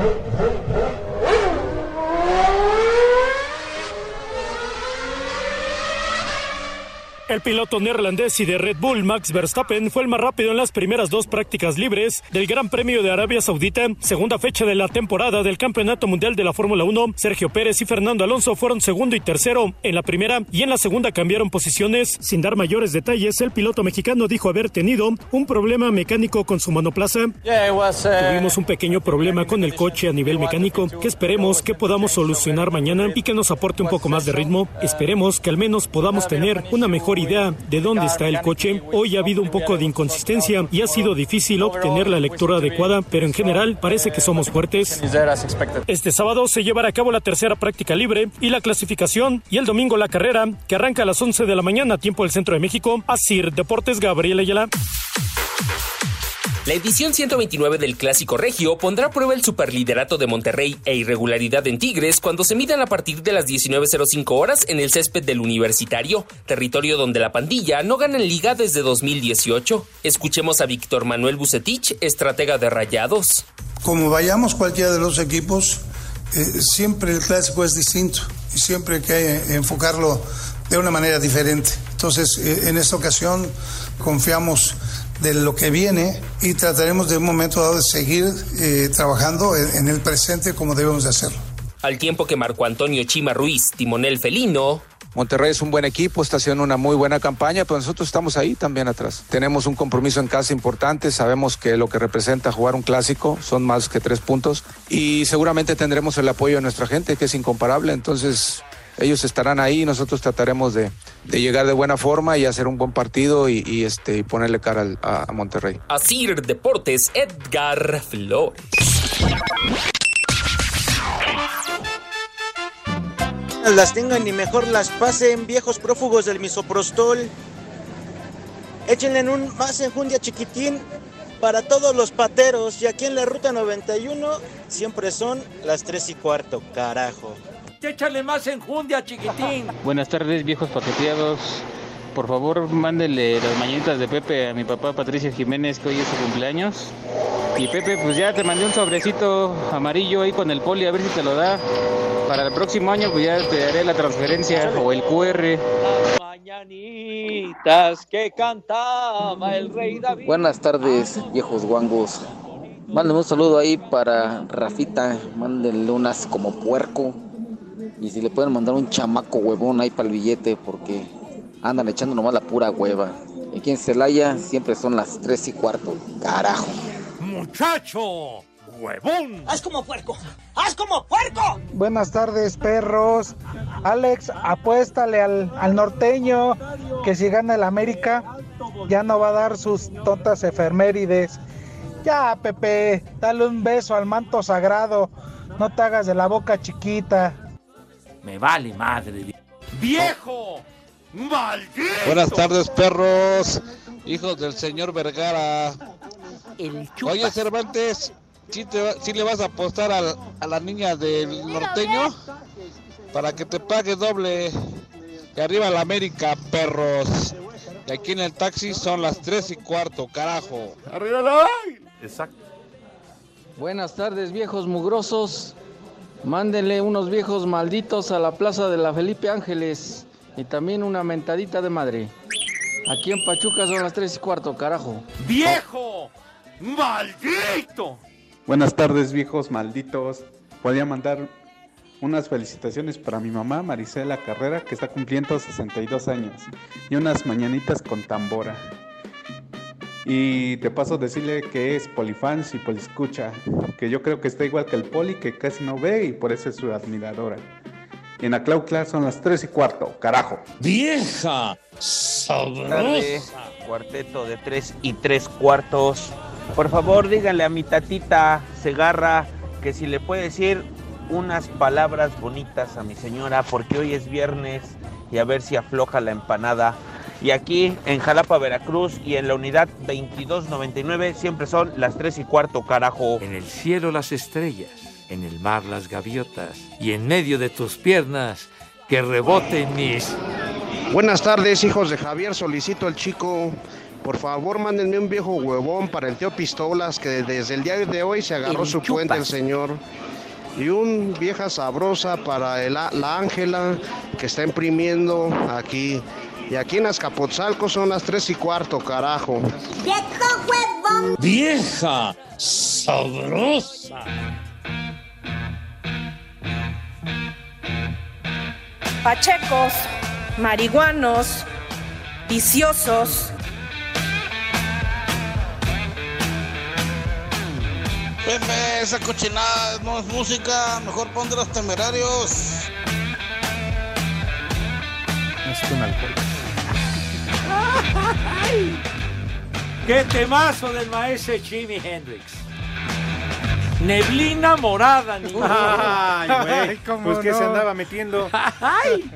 [SPEAKER 30] El piloto neerlandés y de Red Bull, Max Verstappen, fue el más rápido en las primeras dos prácticas libres del Gran Premio de Arabia Saudita, segunda fecha de la temporada del Campeonato Mundial de la Fórmula 1. Sergio Pérez y Fernando Alonso fueron segundo y tercero en la primera y en la segunda cambiaron posiciones. Sin dar mayores detalles, el piloto mexicano dijo haber tenido un problema mecánico con su monoplaza. Tuvimos un pequeño problema con el coche a nivel mecánico que esperemos que podamos solucionar mañana y que nos aporte un poco más de ritmo. Esperemos que al menos podamos tener una mejor idea de dónde está el coche. Hoy ha habido un poco de inconsistencia y ha sido difícil obtener la lectura adecuada, pero en general parece que somos fuertes. Este sábado se llevará a cabo la tercera práctica libre y la clasificación y el domingo la carrera, que arranca a las 11 de la mañana, tiempo del centro de México. Asir Deportes, Gabriel Ayala.
[SPEAKER 14] La edición 129 del Clásico Regio pondrá a prueba el superliderato de Monterrey e irregularidad en Tigres cuando se midan a partir de las 19.05 horas en el césped del Universitario, territorio donde la pandilla no gana en liga desde 2018. Escuchemos a Víctor Manuel Bucetich, estratega de Rayados.
[SPEAKER 31] Como vayamos cualquiera de los equipos, eh, siempre el clásico es distinto y siempre hay que eh, enfocarlo de una manera diferente. Entonces, eh, en esta ocasión confiamos de lo que viene y trataremos de un momento dado de seguir eh, trabajando en, en el presente como debemos de hacerlo.
[SPEAKER 14] Al tiempo que Marco Antonio Chima Ruiz, timonel felino,
[SPEAKER 12] Monterrey es un buen equipo, está haciendo una muy buena campaña, pero nosotros estamos ahí también atrás. Tenemos un compromiso en casa importante, sabemos que lo que representa jugar un clásico son más que tres puntos y seguramente tendremos el apoyo de nuestra gente, que es incomparable, entonces ellos estarán ahí y nosotros trataremos de, de llegar de buena forma y hacer un buen partido y, y, este, y ponerle cara al- a- a Monterrey.
[SPEAKER 14] Asir Deportes, Edgar Flores.
[SPEAKER 12] las tengan y mejor las pasen, viejos prófugos del misoprostol. Échenle en un más enjundia chiquitín para todos los pateros. Y aquí en la ruta 91 siempre son las 3 y cuarto, carajo.
[SPEAKER 7] Échale más enjundia, chiquitín.
[SPEAKER 11] Buenas tardes, viejos paqueteados. Por favor, mándele las mañanitas de Pepe a mi papá Patricio Jiménez, que hoy es su cumpleaños. Y Pepe, pues ya te mandé un sobrecito amarillo ahí con el poli, a ver si te lo da. Para el próximo año, pues ya te daré la transferencia o el QR.
[SPEAKER 32] Mañanitas que cantaba el rey David.
[SPEAKER 22] Buenas tardes, viejos guangos. Mándenme un saludo ahí para Rafita. Mándenle unas como puerco. Y si le pueden mandar un chamaco huevón ahí para el billete, porque andan echando nomás la pura hueva. Aquí en Celaya siempre son las 3 y cuarto. Carajo.
[SPEAKER 7] ¡Muchacho! ¡Huevón!
[SPEAKER 1] ¡Haz como puerco! ¡Haz como puerco!
[SPEAKER 33] Buenas tardes, perros. Alex, apuéstale al, al norteño que si gana el América ya no va a dar sus tontas efemérides. Ya, Pepe, dale un beso al manto sagrado. No te hagas de la boca chiquita.
[SPEAKER 7] Me vale madre. ¡Viejo! ¡Maldito!
[SPEAKER 20] Buenas tardes, perros, hijos del señor Vergara. Oye, Cervantes, ¿sí, te va- sí le vas a apostar al- a la niña del norteño? Para que te pague doble. Y arriba la América, perros. Y aquí en el taxi son las tres y cuarto, carajo.
[SPEAKER 7] ¡Arriba la!
[SPEAKER 20] Exacto.
[SPEAKER 22] Buenas tardes, viejos mugrosos. Mándenle unos viejos malditos a la plaza de la Felipe Ángeles. Y también una mentadita de madre. Aquí en Pachuca son las 3 y cuarto, carajo.
[SPEAKER 7] ¡Viejo! ¡Maldito!
[SPEAKER 8] Buenas tardes, viejos malditos. Podría mandar unas felicitaciones para mi mamá, Marisela Carrera, que está cumpliendo 62 años. Y unas mañanitas con tambora. Y de paso decirle que es polifans y poliscucha, que yo creo que está igual que el poli, que casi no ve y por eso es su admiradora. Y en Aclaucla son las 3 y cuarto, carajo. ¡Vieja!
[SPEAKER 20] tarde, cuarteto de tres y tres cuartos. Por favor, díganle a mi tatita Segarra que si le puede decir unas palabras bonitas a mi señora, porque hoy es viernes y a ver si afloja la empanada. Y aquí en Jalapa, Veracruz y en la unidad 2299 siempre son las tres y cuarto, carajo.
[SPEAKER 7] En el cielo las estrellas, en el mar las gaviotas y en medio de tus piernas que reboten mis...
[SPEAKER 20] Buenas tardes, hijos de Javier. Solicito al chico. Por favor, mándenme un viejo huevón para el tío Pistolas, que desde el día de hoy se agarró su cuenta el señor. Y un vieja sabrosa para el a- la Ángela, que está imprimiendo aquí. Y aquí en Azcapotzalco son las tres y cuarto, carajo.
[SPEAKER 8] ¡Viejo huevón!
[SPEAKER 20] ¡Vieja sabrosa!
[SPEAKER 2] Pachecos, marihuanos, viciosos.
[SPEAKER 20] Pepe, esa cochinada no es música, mejor pon de los temerarios.
[SPEAKER 9] Es con alcohol.
[SPEAKER 7] ¡Qué temazo del maestro Jimi Hendrix! Neblina morada, niño.
[SPEAKER 9] Ay,
[SPEAKER 8] Ay,
[SPEAKER 9] güey.
[SPEAKER 8] cómo
[SPEAKER 9] Pues que
[SPEAKER 8] no.
[SPEAKER 9] se andaba metiendo.
[SPEAKER 7] ¡Ay!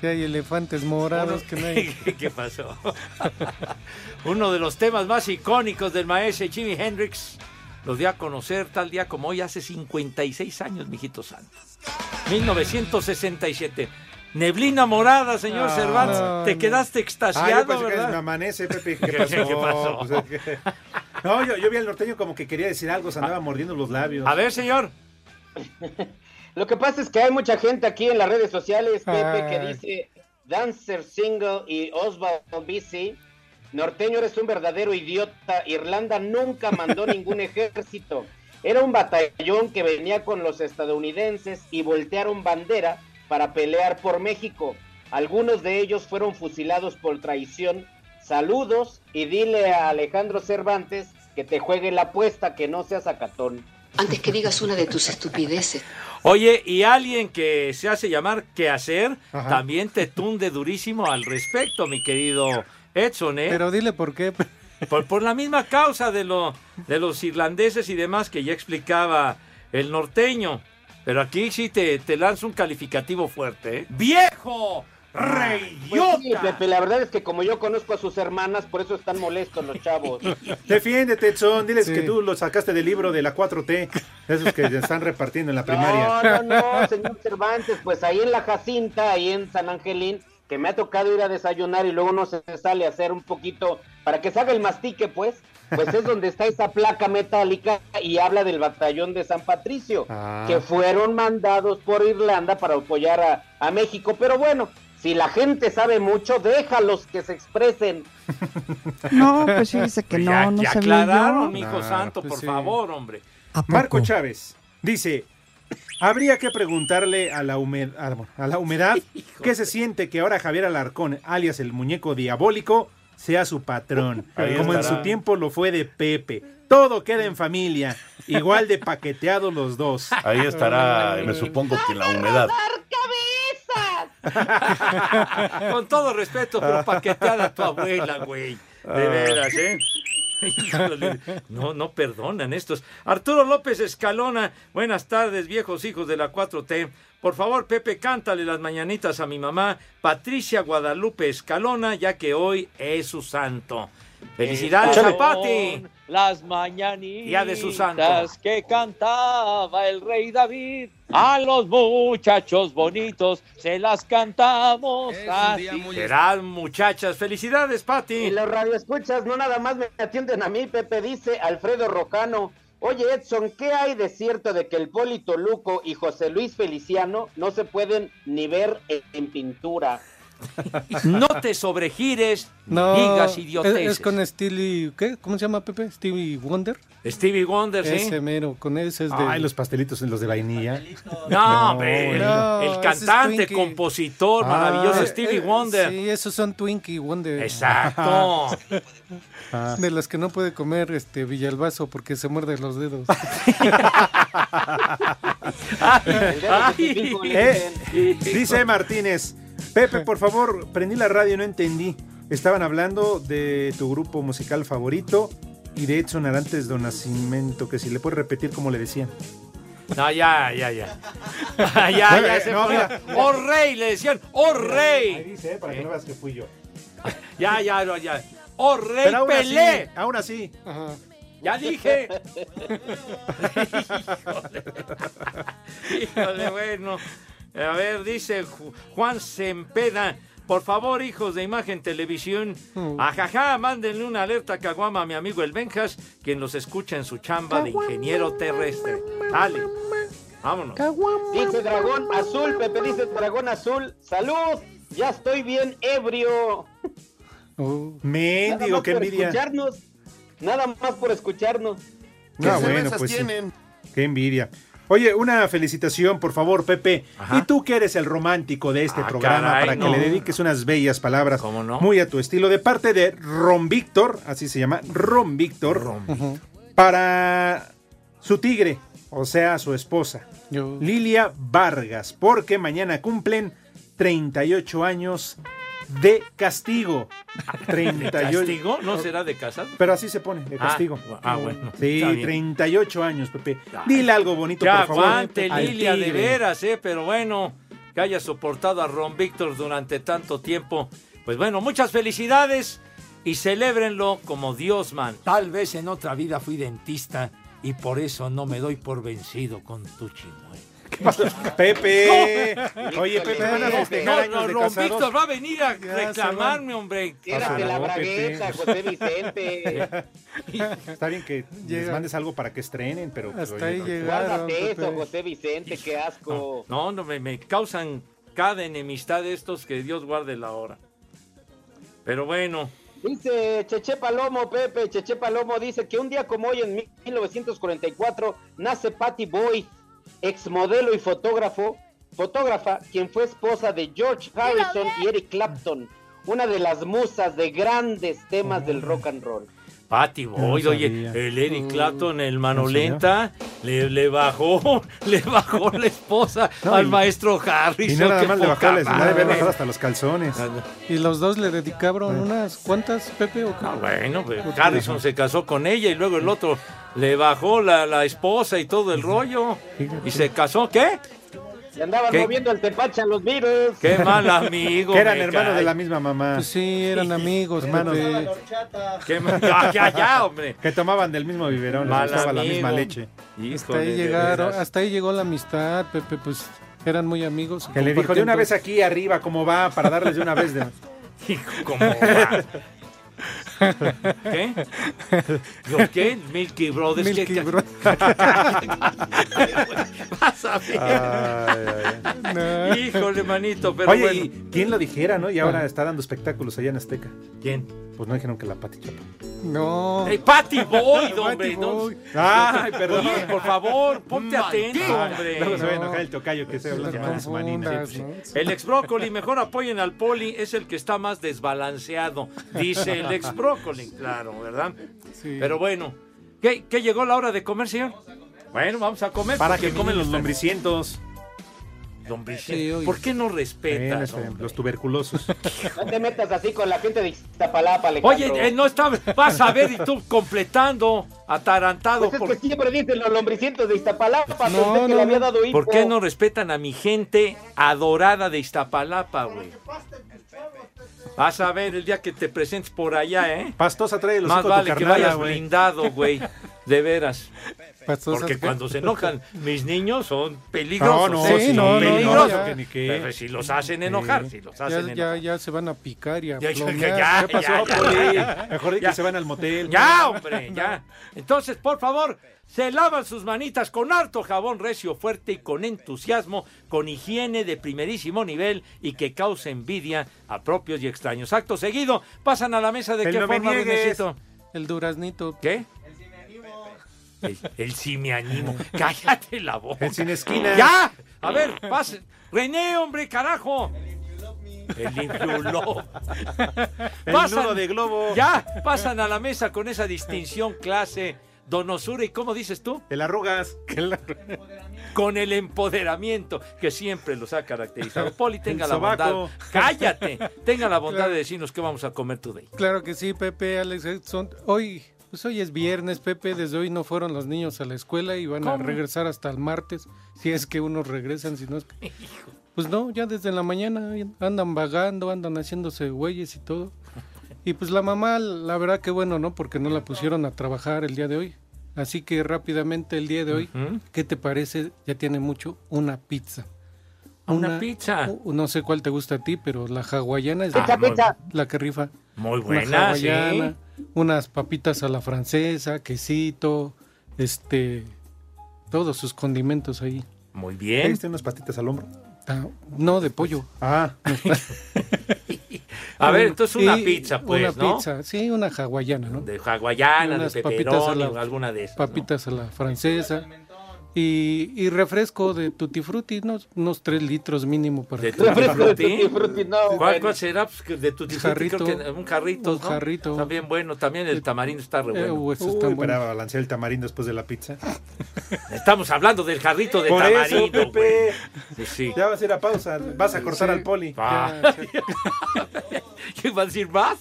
[SPEAKER 8] Si hay elefantes morados que no hay.
[SPEAKER 7] ¿Qué pasó? Uno de los temas más icónicos del maestro Jimi Hendrix lo dio a conocer tal día como hoy hace 56 años, mijito santo. 1967. Neblina morada, señor
[SPEAKER 9] Ah,
[SPEAKER 7] Cervantes.
[SPEAKER 9] no,
[SPEAKER 7] Te
[SPEAKER 9] no.
[SPEAKER 7] quedaste
[SPEAKER 9] Ah, yo
[SPEAKER 7] extasiado,
[SPEAKER 9] pensé que
[SPEAKER 7] ¿verdad?
[SPEAKER 9] me amanece, Pepe.
[SPEAKER 7] ¿Qué
[SPEAKER 9] ¿Qué pasó?
[SPEAKER 7] pasó?
[SPEAKER 9] Pues es que- No, yo, yo vi al norteño como que quería decir algo, se andaba mordiendo los labios.
[SPEAKER 7] Ah. A ver, señor.
[SPEAKER 11] Lo que pasa es que hay mucha gente aquí en las redes sociales, Pepe, que
[SPEAKER 8] Ay.
[SPEAKER 11] dice Dancer Single y Oswald BC. Norteño, eres un verdadero idiota. Irlanda nunca mandó ningún ejército. Era un batallón que venía con los estadounidenses y voltearon bandera para pelear por México. Algunos de ellos fueron fusilados por traición. Saludos y dile a Alejandro Cervantes que te juegue la apuesta, que no seas acatón.
[SPEAKER 29] Antes que digas una de tus estupideces.
[SPEAKER 7] Oye, y alguien que se hace llamar qué hacer,
[SPEAKER 8] Ajá.
[SPEAKER 7] también te tunde durísimo al respecto, mi querido Edson, ¿eh?
[SPEAKER 8] Pero dile por qué.
[SPEAKER 7] Por, por la misma causa de, lo, de los irlandeses y demás que ya explicaba el norteño. Pero aquí sí te, te lanzo un calificativo fuerte, ¿eh? ¡Viejo! ¡Rey!
[SPEAKER 11] Pues sí, Pepe, la verdad es que como yo conozco a sus hermanas, por eso están molestos los chavos.
[SPEAKER 9] Defiéndete, Edson. Diles
[SPEAKER 11] Sí.
[SPEAKER 9] que tú lo sacaste del libro de la 4T, de esos que están repartiendo en la
[SPEAKER 11] No, no,
[SPEAKER 9] primaria.
[SPEAKER 11] no, señor Cervantes, pues ahí en la Jacinta, ahí en San Angelín, que me ha tocado ir a desayunar y luego no se sale a hacer un poquito para que se haga el mastique, pues. Pues es donde está esa placa metálica y habla del batallón de San Patricio,
[SPEAKER 9] Ah.
[SPEAKER 11] que fueron mandados por Irlanda para apoyar a, a México. Pero bueno, si la gente sabe mucho, déjalos que se expresen.
[SPEAKER 19] No, pues fíjese que no,
[SPEAKER 7] Ya-
[SPEAKER 19] no
[SPEAKER 7] ya
[SPEAKER 19] sabía
[SPEAKER 7] aclararon,
[SPEAKER 19] yo.
[SPEAKER 7] mijo
[SPEAKER 9] Claro,
[SPEAKER 7] santo,
[SPEAKER 9] pues
[SPEAKER 7] por
[SPEAKER 9] sí.
[SPEAKER 7] favor, hombre.
[SPEAKER 9] Marco Chávez dice: Habría que preguntarle a la, humed- a la- a la humedad qué se siente que ahora Javier Alarcón, alias el muñeco diabólico, sea su patrón.
[SPEAKER 7] Ahí
[SPEAKER 9] como en
[SPEAKER 7] estará.
[SPEAKER 9] su tiempo lo fue de Pepe. Todo queda en familia. Igual de paqueteados los dos.
[SPEAKER 34] Ahí estará, me supongo que en la humedad.
[SPEAKER 7] Con todo respeto, pero paqueteada tu abuela, güey.
[SPEAKER 19] Ah.
[SPEAKER 7] De veras, ¿eh? Híjole, No, no perdonan estos. Arturo López Escalona, buenas tardes, viejos hijos de la 4T. Por favor, Pepe, cántale las mañanitas a mi mamá, Patricia Guadalupe Escalona, ya que hoy es su santo. ¡Felicidades
[SPEAKER 17] Échale.
[SPEAKER 7] a Pati!
[SPEAKER 17] Las mañanitas
[SPEAKER 7] Día de su santo.
[SPEAKER 17] que cantaba el rey David. A los muchachos bonitos se las cantamos así.
[SPEAKER 7] Serán muchachas, felicidades, Pati.
[SPEAKER 11] Y los radioescuchas no nada más me atienden a mí, Pepe, dice Alfredo Rocano. Oye, Edson, ¿qué hay de cierto de que el Polito Luco y José Luis Feliciano no se pueden ni ver en, en pintura?
[SPEAKER 7] No te sobregires,
[SPEAKER 8] No,
[SPEAKER 7] digas
[SPEAKER 8] es,
[SPEAKER 7] idioteces.
[SPEAKER 8] es con Stevie, ¿qué? ¿Cómo se llama Pepe? Stevie Wonder.
[SPEAKER 7] Stevie Wonder, sí.
[SPEAKER 8] Ese mero, con ese es de...
[SPEAKER 9] Ay, los Este, pastelitos, los de vainilla.
[SPEAKER 7] No, hombre, el-
[SPEAKER 8] no,
[SPEAKER 7] el,
[SPEAKER 8] ese es
[SPEAKER 7] cantante,
[SPEAKER 8] Twinkie.
[SPEAKER 7] compositor,
[SPEAKER 8] Ah,
[SPEAKER 7] maravilloso
[SPEAKER 8] eh,
[SPEAKER 7] Stevie
[SPEAKER 8] eh,
[SPEAKER 7] Wonder.
[SPEAKER 8] Sí, esos son Twinkie Wonder.
[SPEAKER 7] Exacto.
[SPEAKER 8] De los que no puede comer este Villalbazo porque se muerde los dedos.
[SPEAKER 9] Eh, dice Martínez, Pepe, por favor, prendí la radio y no entendí. Estaban hablando de tu grupo musical favorito y de Edson Arantes Don Nacimiento, que si le puedes repetir como le decían.
[SPEAKER 7] No, ya, ya, ya. ya, ya
[SPEAKER 9] Bueno,
[SPEAKER 7] se
[SPEAKER 9] no,
[SPEAKER 7] ponía.
[SPEAKER 9] mira,
[SPEAKER 7] ¡Oh, rey! Le decían, ¡Oh,
[SPEAKER 9] Ahí
[SPEAKER 7] rey!
[SPEAKER 9] dice, eh, para que no veas que fui yo.
[SPEAKER 7] Ya, ya, no, ya. ¡Oh, rey,
[SPEAKER 9] Pero aún así,
[SPEAKER 7] pelé!
[SPEAKER 9] aún así.
[SPEAKER 7] ¡Ya dije! Híjole. Híjole, bueno. A ver, dice Ju- Juan Sempeda. Por favor, hijos de Imagen Televisión, ajaja, mándenle una alerta a Caguama a mi amigo El Benjas, quien los escucha en su chamba de ingeniero terrestre. Dale, vámonos.
[SPEAKER 11] Dice Dragón Azul, Pepe dice Dragón Azul, ¡salud! Ya estoy bien ebrio.
[SPEAKER 8] Oh.
[SPEAKER 11] Nada
[SPEAKER 9] Mendigo,
[SPEAKER 11] más
[SPEAKER 9] qué
[SPEAKER 11] por
[SPEAKER 9] envidia.
[SPEAKER 11] escucharnos. Nada más por escucharnos.
[SPEAKER 9] No, sí. Qué envidia. Oye, una felicitación, por favor, Pepe. Y tú que eres el romántico de este programa,
[SPEAKER 7] Ah, caray,
[SPEAKER 9] para que
[SPEAKER 7] no.
[SPEAKER 9] le dediques unas bellas palabras.
[SPEAKER 7] no?
[SPEAKER 9] Muy a tu estilo. De parte de Ron Víctor, así se llama, Ron Víctor, para su tigre, o sea, su esposa, Lilia Vargas, porque mañana cumplen 38 años de castigo.
[SPEAKER 7] ¿De
[SPEAKER 9] 38.
[SPEAKER 7] castigo? ¿No será de casas?
[SPEAKER 9] Pero así se pone, de
[SPEAKER 7] Ah,
[SPEAKER 9] castigo.
[SPEAKER 7] ah, bueno,
[SPEAKER 9] Sí,
[SPEAKER 7] está bien.
[SPEAKER 9] 38 años, Pepe. Dile algo bonito,
[SPEAKER 7] Ya
[SPEAKER 9] por favor.
[SPEAKER 7] aguante,
[SPEAKER 9] al
[SPEAKER 7] Lilia, de
[SPEAKER 9] Tigre.
[SPEAKER 7] veras, ¿eh? Pero bueno, que haya soportado a Ron Víctor durante tanto tiempo. Pues bueno, muchas felicidades y celébrenlo como Dios man.
[SPEAKER 1] Tal vez en otra vida fui dentista y por eso no me doy por vencido con tu chimuelo.
[SPEAKER 9] Pepe.
[SPEAKER 7] No.
[SPEAKER 9] Oye, Pepe, van a festejar
[SPEAKER 7] No, no,
[SPEAKER 9] años este, de
[SPEAKER 7] Ron
[SPEAKER 9] casados.
[SPEAKER 7] Víctor va a venir a
[SPEAKER 9] Ya
[SPEAKER 7] reclamarme, hombre.
[SPEAKER 9] Tírate la bragueta, José
[SPEAKER 11] Vicente.
[SPEAKER 9] Está bien que les
[SPEAKER 7] Llega.
[SPEAKER 9] mandes algo para que estrenen, pero... pues, oye, no,
[SPEAKER 11] Guárdate eso, José Vicente, qué asco.
[SPEAKER 7] No, no, me, me causan cada enemistad estos que Dios guarde la hora. Pero bueno,
[SPEAKER 11] Dice Cheche Palomo, Pepe, Cheche Palomo dice que un día como hoy en 1944 nace Patty Boyd, exmodelo y fotógrafo, fotógrafa, quien fue esposa de George Harrison y Eric Clapton, una de las musas de grandes temas del rock and roll.
[SPEAKER 7] Patty Boyd,
[SPEAKER 1] No
[SPEAKER 7] oye,
[SPEAKER 1] sabía.
[SPEAKER 7] el Eric Clapton, el
[SPEAKER 1] No
[SPEAKER 7] mano
[SPEAKER 1] sabía.
[SPEAKER 7] lenta, le, le bajó, le bajó la esposa
[SPEAKER 9] No,
[SPEAKER 7] al
[SPEAKER 9] y-
[SPEAKER 7] maestro Harrison.
[SPEAKER 9] Y no nada
[SPEAKER 7] qué
[SPEAKER 9] más le
[SPEAKER 7] poca
[SPEAKER 9] bajó, les le había
[SPEAKER 7] madre.
[SPEAKER 9] bajado hasta los calzones.
[SPEAKER 8] Y los dos le dedicaron unas cuantas, Pepe, o qué?
[SPEAKER 7] Ah, bueno, pues, Harrison se casó con ella y luego el otro le bajó la, la esposa y todo el rollo. Y se casó, ¿qué?
[SPEAKER 11] Se andaban
[SPEAKER 7] ¿Qué?
[SPEAKER 11] moviendo el tepache a los virus.
[SPEAKER 7] Qué mal amigo.
[SPEAKER 9] Que eran
[SPEAKER 7] me
[SPEAKER 9] hermanos
[SPEAKER 7] cae.
[SPEAKER 9] de la misma mamá.
[SPEAKER 8] Pues sí, eran amigos,
[SPEAKER 9] hermanos.
[SPEAKER 8] Pepe.
[SPEAKER 7] Qué mal- Ya, ya, ya, hombre.
[SPEAKER 9] Que tomaban del mismo biberón, les
[SPEAKER 7] Mal
[SPEAKER 9] gustaba la
[SPEAKER 7] amigo.
[SPEAKER 9] misma leche.
[SPEAKER 8] Hasta ahí, llegaron, hasta ahí llegó la amistad, Pepe, pues eran muy amigos.
[SPEAKER 9] Que le dijo de una vez aquí arriba, ¿cómo va? Para darles de una vez de.
[SPEAKER 7] Hijo, ¿cómo va? ¿Qué? ¿Yo qué? Milky Brothers.
[SPEAKER 8] Milky
[SPEAKER 7] ¿qué?
[SPEAKER 8] Brothers.
[SPEAKER 7] Vas a ver. Híjole, manito, pero
[SPEAKER 9] Ah, Oye,
[SPEAKER 7] bueno. Ah.
[SPEAKER 9] y ¿quién lo dijera, no? Y ahora está dando espectáculos allá en Azteca.
[SPEAKER 7] ¿Quién?
[SPEAKER 9] Pues no dijeron que la Pati Chapman.
[SPEAKER 8] No.
[SPEAKER 7] Ey, Patty Boyd, hombre. no-
[SPEAKER 9] Ay, perdón.
[SPEAKER 7] Oye, por favor, ponte
[SPEAKER 9] Maldito.
[SPEAKER 7] atento, hombre.
[SPEAKER 9] Luego se va a enojar el tocayo que esté hablando mal de su manina.
[SPEAKER 7] El ex brócoli, mejor apoyen al poli, es el que está más desbalanceado, dice el ex brócoli, claro, ¿verdad? Pero bueno, ¿qué, qué llegó la hora de comer, señor? Bueno, vamos a comer.
[SPEAKER 9] Para
[SPEAKER 7] porque
[SPEAKER 9] que comen los
[SPEAKER 7] niños tenemos.
[SPEAKER 9] lombricientos.
[SPEAKER 7] Lombricientos. ¿Por qué no respetas? hombre?
[SPEAKER 9] este, Los tuberculosos.
[SPEAKER 11] No te metas así con la gente de Iztapalapa, Alejandro.
[SPEAKER 7] Oye, eh, no está, vas a ver y tú completando, atarantado.
[SPEAKER 11] Pues es
[SPEAKER 7] por-
[SPEAKER 11] que siempre dicen los lombricientos de Iztapalapa,
[SPEAKER 7] No,
[SPEAKER 11] pensé que
[SPEAKER 7] no,
[SPEAKER 11] le había
[SPEAKER 7] no.
[SPEAKER 11] dado hipo.
[SPEAKER 7] ¿Por qué no respetan a mi gente adorada de Iztapalapa, güey? Vas a ver el día que te presentes por allá, ¿eh?
[SPEAKER 9] Pastosa trae los
[SPEAKER 7] Más
[SPEAKER 9] hocico a tu
[SPEAKER 7] vale que
[SPEAKER 9] carnala,
[SPEAKER 7] vayas
[SPEAKER 9] güey.
[SPEAKER 7] blindado, güey. De veras.
[SPEAKER 8] Pastosa-
[SPEAKER 7] Porque cuando se enojan, mis niños son peligrosos.
[SPEAKER 8] No, no,
[SPEAKER 7] ¿eh?
[SPEAKER 8] sí,
[SPEAKER 7] Son
[SPEAKER 8] no, no,
[SPEAKER 7] peligrosos.
[SPEAKER 8] ya.
[SPEAKER 9] Que ni qué.
[SPEAKER 7] Pero si los hacen enojar, si los hacen
[SPEAKER 8] ya,
[SPEAKER 7] enojar.
[SPEAKER 8] ya, ya se van a picar y a
[SPEAKER 7] Ya, ya,
[SPEAKER 8] plomear.
[SPEAKER 7] ya,
[SPEAKER 8] ¿Qué pasó,
[SPEAKER 7] ya, ya.
[SPEAKER 8] Poli?
[SPEAKER 9] Mejor di que
[SPEAKER 7] Ya.
[SPEAKER 9] se van al motel.
[SPEAKER 7] Ya, hombre, ya. Entonces, por favor, se lavan sus manitas con harto jabón recio fuerte y con entusiasmo, con higiene de primerísimo nivel y que cause envidia a propios y extraños. Acto seguido, pasan a la mesa de
[SPEAKER 8] El
[SPEAKER 7] qué
[SPEAKER 8] no me
[SPEAKER 7] forma,
[SPEAKER 8] niegues.
[SPEAKER 7] Renesito?
[SPEAKER 8] El duraznito.
[SPEAKER 7] ¿Qué? El, el sí me animo. Cállate la boca.
[SPEAKER 9] El sin esquina.
[SPEAKER 7] ¡Ya! A ver, pase. René, hombre, carajo. El infiuló.
[SPEAKER 9] El nudo de globo.
[SPEAKER 7] Ya, pasan a la mesa con esa distinción, clase, donosura y, ¿cómo dices tú?
[SPEAKER 9] El arrugas.
[SPEAKER 7] Con el empoderamiento que siempre los ha caracterizado. Poli, tenga
[SPEAKER 8] El
[SPEAKER 7] la bondad.
[SPEAKER 8] sobaco.
[SPEAKER 7] Cállate. Tenga la bondad
[SPEAKER 8] Claro.
[SPEAKER 7] de decirnos qué vamos a comer today.
[SPEAKER 8] Claro que sí, Pepe, Alex Edson. Hoy, pues hoy es viernes, Pepe. Desde hoy no fueron los niños a la escuela y van a
[SPEAKER 7] ¿Cómo?
[SPEAKER 8] regresar hasta el martes. Si es que unos regresan, si no es que... Pues no, ya desde la mañana andan vagando, andan haciéndose güeyes y todo. Y pues la mamá, la verdad que bueno, ¿no? Porque no la pusieron a trabajar el día de hoy. Así que rápidamente el día de hoy,
[SPEAKER 7] Ujú.
[SPEAKER 8] ¿qué te parece? Ya tiene mucho una pizza.
[SPEAKER 7] Una pizza. Ah,
[SPEAKER 8] u- no sé cuál te gusta a ti, pero la hawaiana es la,
[SPEAKER 7] Pizza, pizza.
[SPEAKER 8] la que rifa.
[SPEAKER 7] Muy
[SPEAKER 8] Una
[SPEAKER 7] buena,
[SPEAKER 8] hawaiana, unas papitas a la francesa, quesito, este, todos sus condimentos ahí.
[SPEAKER 9] Ahí
[SPEAKER 7] Muy
[SPEAKER 8] Este,
[SPEAKER 7] bien.
[SPEAKER 9] están unas patitas al hombro.
[SPEAKER 8] Ta- No de pollo.
[SPEAKER 9] Ah.
[SPEAKER 7] A ver, entonces una
[SPEAKER 8] Y
[SPEAKER 7] pizza, pues,
[SPEAKER 8] una
[SPEAKER 7] ¿no?
[SPEAKER 8] pizza, sí, una hawaiana, ¿no?
[SPEAKER 7] De hawaiana,
[SPEAKER 8] Unas
[SPEAKER 7] de
[SPEAKER 8] papitas a
[SPEAKER 7] pepperoni,
[SPEAKER 8] la-
[SPEAKER 7] o alguna de esas.
[SPEAKER 8] Papitas a la francesa. Y, y refresco de Tutti Frutti, unos, unos 3 litros mínimo para
[SPEAKER 7] ¿De
[SPEAKER 8] que-
[SPEAKER 7] Tutti Frutti?
[SPEAKER 11] Tutti Frutti, no,
[SPEAKER 27] Este,
[SPEAKER 7] ¿Cuál,
[SPEAKER 11] bueno.
[SPEAKER 7] cuál será? Pues, que de Tutti Frutti, creo
[SPEAKER 8] Jarrito.
[SPEAKER 7] que un jarrito,
[SPEAKER 8] Un
[SPEAKER 7] ¿no?
[SPEAKER 8] jarrito. eh,
[SPEAKER 7] Está bien bueno. También el tamarindo está re bueno.
[SPEAKER 8] Uh,
[SPEAKER 9] Uy, para balancear el tamarindo después de la pizza.
[SPEAKER 7] Estamos hablando del jarrito de
[SPEAKER 9] Por eso,
[SPEAKER 7] tamarindo, güey. Pues
[SPEAKER 9] Pepe.
[SPEAKER 7] Sí, sí.
[SPEAKER 9] Ya vas a ir a pausa. Vas a cortar al poli.
[SPEAKER 7] Ah. ¿Qué va a decir más?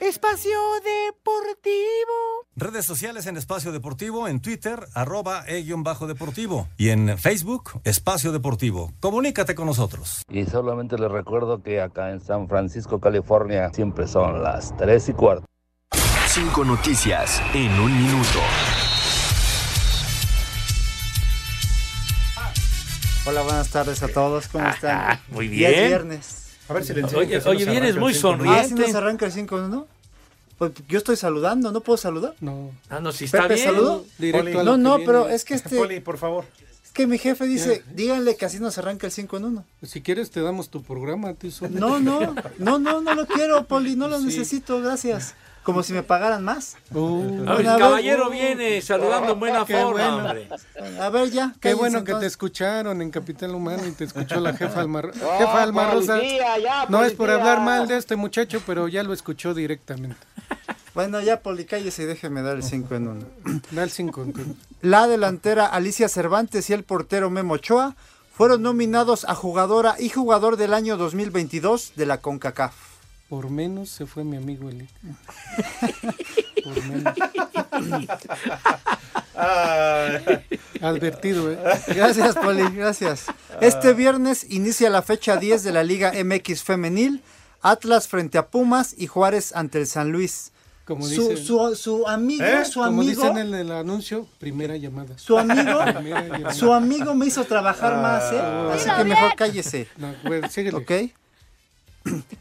[SPEAKER 5] Espacio Deportivo.
[SPEAKER 15] Redes sociales en Espacio Deportivo, en Twitter, arroba E e-deportivo. Y en Facebook, Espacio Deportivo. Comunícate con nosotros.
[SPEAKER 14] Y solamente les recuerdo que acá en San Francisco, California, siempre son las 3 y cuarto.
[SPEAKER 35] Cinco noticias en un minuto.
[SPEAKER 27] Hola, buenas tardes a todos. ¿Cómo están?
[SPEAKER 7] Ah, Muy
[SPEAKER 27] Ya
[SPEAKER 7] bien.
[SPEAKER 27] es viernes.
[SPEAKER 7] A ver si le enseño que Oye, así oye, nos vienes arranca muy el cinco. sonriente.
[SPEAKER 27] Ah, sí nos arranca el 5, ¿no? Pues yo estoy saludando, ¿no puedo saludar?
[SPEAKER 8] No.
[SPEAKER 7] Ah, no, si
[SPEAKER 27] Pepe, saludo.
[SPEAKER 7] Directo a lo
[SPEAKER 27] no,
[SPEAKER 7] que
[SPEAKER 27] no,
[SPEAKER 7] viene.
[SPEAKER 27] pero es que este.
[SPEAKER 7] Poli,
[SPEAKER 27] por favor. Es que mi jefe dice, díganle que así nos arranca el 5 en 1.
[SPEAKER 8] Si quieres te damos tu programa, tú solo.
[SPEAKER 27] No, no, no, no, no lo quiero, Poli, no lo necesito, gracias. Como si me pagaran más.
[SPEAKER 8] Uh.
[SPEAKER 7] A ver, el
[SPEAKER 27] Bueno, a ver.
[SPEAKER 7] caballero viene saludando en buena
[SPEAKER 27] Qué
[SPEAKER 7] forma,
[SPEAKER 27] bueno.
[SPEAKER 7] hombre.
[SPEAKER 27] A ver, ya.
[SPEAKER 8] Qué
[SPEAKER 27] cállense
[SPEAKER 8] bueno que te
[SPEAKER 27] entonces.
[SPEAKER 8] escucharon en Capital Humano y te escuchó la jefa Alma,
[SPEAKER 27] Oh,
[SPEAKER 8] jefa Alma Rosa.
[SPEAKER 27] policía, ya,
[SPEAKER 8] no es por
[SPEAKER 27] policía.
[SPEAKER 8] hablar mal de este muchacho, pero ya lo escuchó directamente.
[SPEAKER 27] Bueno, ya, Poli, cállese y déjeme dar el 5 en 1.
[SPEAKER 8] Da el 5.
[SPEAKER 27] La delantera Alicia Cervantes y el portero Memo Ochoa fueron nominados a jugadora y jugador del año 2022 de la CONCACAF.
[SPEAKER 8] Por menos se fue mi amigo Eli. Advertido, ¿eh?
[SPEAKER 27] Gracias, Poli, gracias. Este viernes inicia la fecha 10 de la Liga MX Femenil, Atlas frente a Pumas y Juárez ante el San Luis.
[SPEAKER 8] Como
[SPEAKER 27] Su-
[SPEAKER 8] dicen- ¿Eh?
[SPEAKER 27] su, su amigo, su
[SPEAKER 8] Como
[SPEAKER 27] amigo,
[SPEAKER 8] dicen en el anuncio, primera llamada.
[SPEAKER 27] su amigo,
[SPEAKER 8] Primera llamada.
[SPEAKER 27] su amigo me hizo trabajar más, ¿eh?
[SPEAKER 8] Ah.
[SPEAKER 27] Así que mejor cállese.
[SPEAKER 8] No, güey, síguele.
[SPEAKER 27] Ok.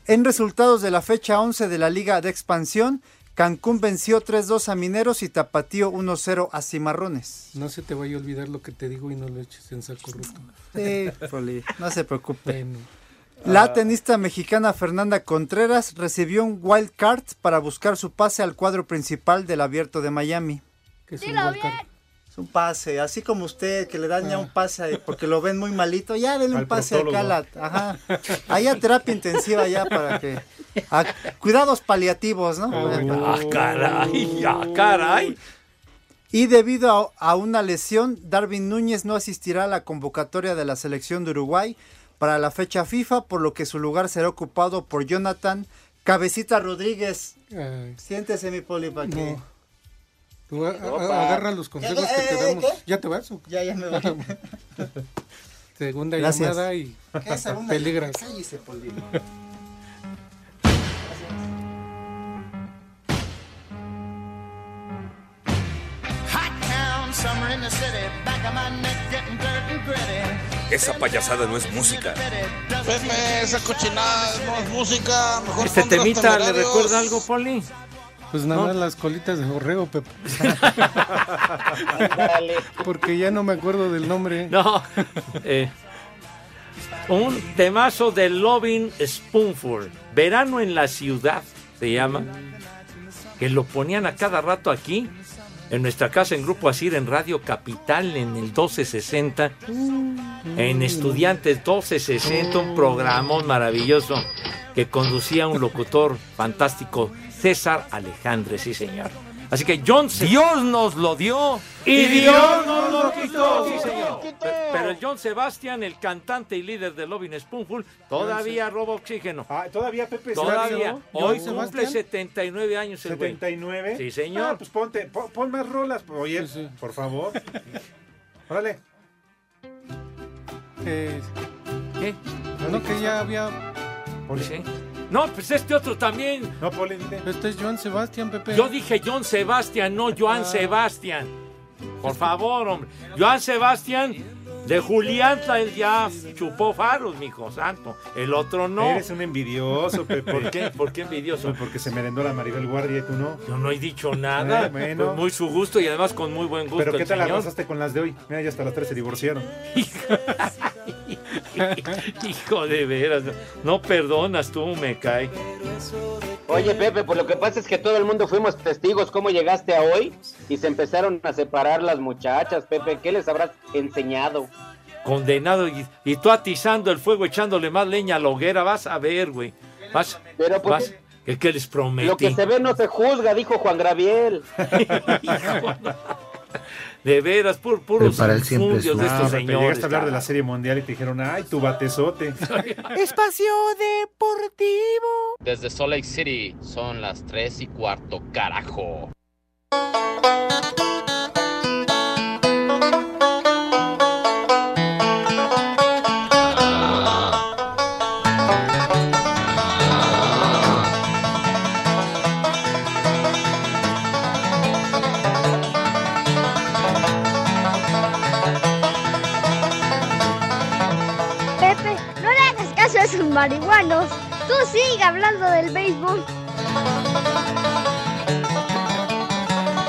[SPEAKER 27] En resultados de la fecha 11 de la Liga de Expansión, Cancún venció 3-2 a Mineros y Tapatío 1-0 a Cimarrones.
[SPEAKER 8] No se te vaya a olvidar lo que te digo y no lo eches en saco roto.
[SPEAKER 27] Sí, Poli, no se preocupe.
[SPEAKER 8] Ah.
[SPEAKER 27] La tenista mexicana Fernanda Contreras recibió un wild card para buscar su pase al cuadro principal del Abierto de Miami.
[SPEAKER 8] Que es un Dilo wild card. bien.
[SPEAKER 27] Es un pase, así como usted que le dan ya un pase porque lo ven muy malito, ya denle un
[SPEAKER 8] Al
[SPEAKER 27] pase acá a la,
[SPEAKER 8] proctólogo.
[SPEAKER 27] ajá, allá terapia intensiva ya para que a- cuidados paliativos, ¿no?
[SPEAKER 7] Ah, caray, ah, caray.
[SPEAKER 27] Y debido a, a una lesión, Darwin Núñez no asistirá a la convocatoria de la selección de Uruguay para la fecha FIFA, por lo que su lugar será ocupado por Jonathan Cabecita Rodríguez.
[SPEAKER 8] Ay.
[SPEAKER 27] Siéntese, mi poli, para que...
[SPEAKER 8] Tú a- a-
[SPEAKER 27] Opa.
[SPEAKER 8] agarra los consejos
[SPEAKER 27] Ya,
[SPEAKER 8] que
[SPEAKER 27] eh,
[SPEAKER 8] te
[SPEAKER 27] eh,
[SPEAKER 8] damos.
[SPEAKER 27] ¿qué?
[SPEAKER 8] ¿Ya te vas? o qué?
[SPEAKER 27] Ya, ya me voy.
[SPEAKER 8] Segunda
[SPEAKER 27] Gracias.
[SPEAKER 8] llamada y
[SPEAKER 27] ¿Qué segunda?
[SPEAKER 8] peligras.
[SPEAKER 27] Cállese, poli. Hot town, summer in the city, back of my neck getting dirt and gritty.
[SPEAKER 22] Esa payasada no es música.
[SPEAKER 23] Pepe, esa cochinada no es música. Mejor
[SPEAKER 8] Este
[SPEAKER 23] ponte los
[SPEAKER 8] temita, ¿le
[SPEAKER 23] temerarios.
[SPEAKER 8] recuerda algo?
[SPEAKER 7] Digo, Poli.
[SPEAKER 8] Pues nada
[SPEAKER 7] No.
[SPEAKER 8] más las colitas de jorreo, Pepe. Porque ya no me acuerdo del nombre.
[SPEAKER 7] No. Eh, un temazo de Loving Spoonful. Verano en la ciudad se llama. Que lo ponían a cada rato aquí. En nuestra casa en Grupo Asir, en Radio Capital, en el 1260. En Estudiantes 1260, un programa maravilloso que conducía un locutor fantástico, César Alejandre, sí señor. Así que John Dios nos lo dio y Dios nos lo quitó, sí señor. Pero el John Sebastián, el cantante y líder de Loving Spoonful, todavía roba oxígeno.
[SPEAKER 9] todavía, Pepe. está
[SPEAKER 7] Todavía.
[SPEAKER 9] vivo?
[SPEAKER 7] Hoy
[SPEAKER 9] Ah, ¿John
[SPEAKER 7] cumple
[SPEAKER 9] Sebastián?
[SPEAKER 7] 79 años el güey.
[SPEAKER 9] 79.
[SPEAKER 7] Sí, señor.
[SPEAKER 9] Ah, pues ponte, pon, pon más rolas, oye, por favor. Órale.
[SPEAKER 8] Eh,
[SPEAKER 7] ¿Qué?
[SPEAKER 8] No, que ya había.
[SPEAKER 7] Sí. No, pues este otro también.
[SPEAKER 9] No, Poli, dile.
[SPEAKER 8] Este es Joan Sebastián, Pepe.
[SPEAKER 7] Yo dije John Sebastián, no Joan
[SPEAKER 8] Ah.
[SPEAKER 7] Sebastián. Por favor, hombre. Joan Sebastián de Julián, él ya chupó faros, mijo santo. El otro no.
[SPEAKER 9] Eres un envidioso, Pepe.
[SPEAKER 7] ¿Por qué? ¿Por qué envidioso?
[SPEAKER 9] Porque se merendó la Maribel Guardia y tú no.
[SPEAKER 7] Yo no he dicho nada.
[SPEAKER 9] Eh, bueno.
[SPEAKER 7] Con muy su gusto y además con muy buen gusto.
[SPEAKER 9] Pero ¿qué
[SPEAKER 7] el
[SPEAKER 9] tal la
[SPEAKER 7] señor.
[SPEAKER 9] arrasaste con las de hoy? Mira, ya hasta las tres se divorciaron.
[SPEAKER 7] Hijo de veras. No perdonas tú, me cae.
[SPEAKER 11] Oye, Pepe, pues lo que pasa es que todo el mundo fuimos testigos cómo llegaste a hoy y se empezaron a separar las muchachas, Pepe. ¿Qué les habrás enseñado?
[SPEAKER 7] Condenado y, y tú atizando el fuego, echándole más leña a la hoguera. Vas a ver, güey. Vas,
[SPEAKER 11] Pero, pues, ¿por
[SPEAKER 7] vas.
[SPEAKER 11] qué?
[SPEAKER 7] ¿Qué, qué les prometí?
[SPEAKER 11] Lo que se ve no se juzga, dijo Juan Graviel.
[SPEAKER 7] De veras, pur, puros
[SPEAKER 9] Pero para él siempre
[SPEAKER 7] infundios de estos
[SPEAKER 9] Te Ah, llegaste
[SPEAKER 7] señores.
[SPEAKER 9] a hablar de la serie mundial y te dijeron, ay, tu batezote.
[SPEAKER 5] Espacio Deportivo.
[SPEAKER 28] Desde Salt Lake City son las 3 y cuarto, carajo.
[SPEAKER 30] Pepe, no le hagas caso a esos marihuanos. Tú sigue hablando del béisbol.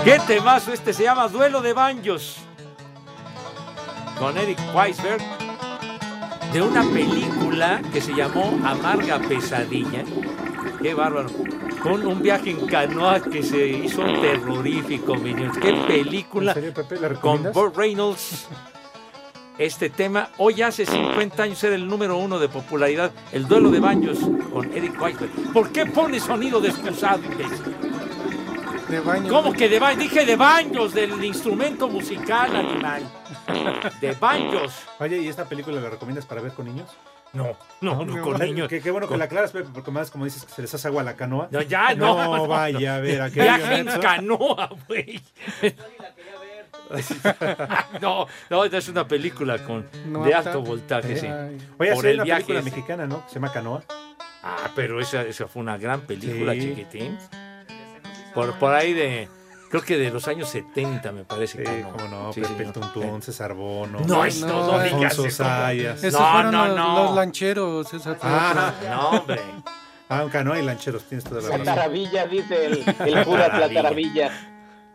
[SPEAKER 7] ¿Qué temazo este? Se llama Duelo de Banjos. Con Eric Weisberg. De una película que se llamó Amarga Pesadilla. Qué bárbaro. Con un viaje en canoa que se hizo terrorífico, Minions. Qué película. Con Burt Reynolds. Este tema, hoy hace 50 años, era el número uno de popularidad. El duelo de Banjos con Eric Weisberg. ¿Por qué pone sonido de excusado, imbécil?
[SPEAKER 8] De baño.
[SPEAKER 7] ¿Cómo que de baños? Dije de baños, del instrumento musical, animal. De baños.
[SPEAKER 9] Oye, ¿y esta película la recomiendas para ver con niños?
[SPEAKER 7] No, no, no, con
[SPEAKER 9] Ay,
[SPEAKER 7] niños.
[SPEAKER 9] Qué, qué bueno que
[SPEAKER 7] Con-
[SPEAKER 9] la aclaras, Pepe, porque más como dices que se les hace agua a la canoa.
[SPEAKER 7] No, ya, no.
[SPEAKER 9] No, vaya a ver aquello.
[SPEAKER 7] Viaje en
[SPEAKER 9] Nelson.
[SPEAKER 7] canoa, güey. no, no, esta es una película con,
[SPEAKER 9] No,
[SPEAKER 7] de
[SPEAKER 9] está-
[SPEAKER 7] alto voltaje, sí.
[SPEAKER 9] Ay. Oye,
[SPEAKER 7] Por
[SPEAKER 9] sí, hay
[SPEAKER 7] el
[SPEAKER 9] una
[SPEAKER 7] viaje
[SPEAKER 9] película
[SPEAKER 7] ese.
[SPEAKER 9] mexicana, ¿no? Que se llama Canoa.
[SPEAKER 7] Ah, pero esa, esa fue una gran película,
[SPEAKER 9] Sí.
[SPEAKER 7] chiquitín. Por, por ahí de. Creo que de los años 70, me parece. Sí, que cómo
[SPEAKER 9] Eh, no, Pepe el Tuntún, César Bono.
[SPEAKER 7] No, es todo,
[SPEAKER 9] Alfonso
[SPEAKER 7] digas eso.
[SPEAKER 9] Sayas.
[SPEAKER 8] Esos
[SPEAKER 7] No,
[SPEAKER 8] fueron
[SPEAKER 7] no,
[SPEAKER 8] los,
[SPEAKER 7] no.
[SPEAKER 8] los lancheros. Esa
[SPEAKER 9] Ah,
[SPEAKER 7] no, hombre.
[SPEAKER 9] Ah, un canoa y lancheros, tienes toda la razón.
[SPEAKER 11] Tatarabilla, dice el, el cura Tatarabilla.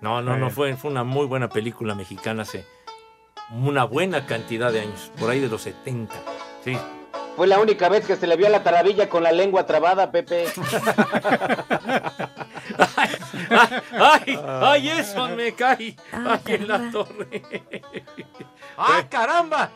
[SPEAKER 7] No, no, no, fue, fue una muy buena película mexicana hace una buena cantidad de años, por ahí de los 70. Sí.
[SPEAKER 11] Fue la única vez que se le vio a la tarabilla con la lengua trabada, Pepe.
[SPEAKER 7] ¡Ay! ¡Ay, eso me cae! ¡Ay, en la torre! ¡Ah,
[SPEAKER 8] Eh.
[SPEAKER 7] caramba!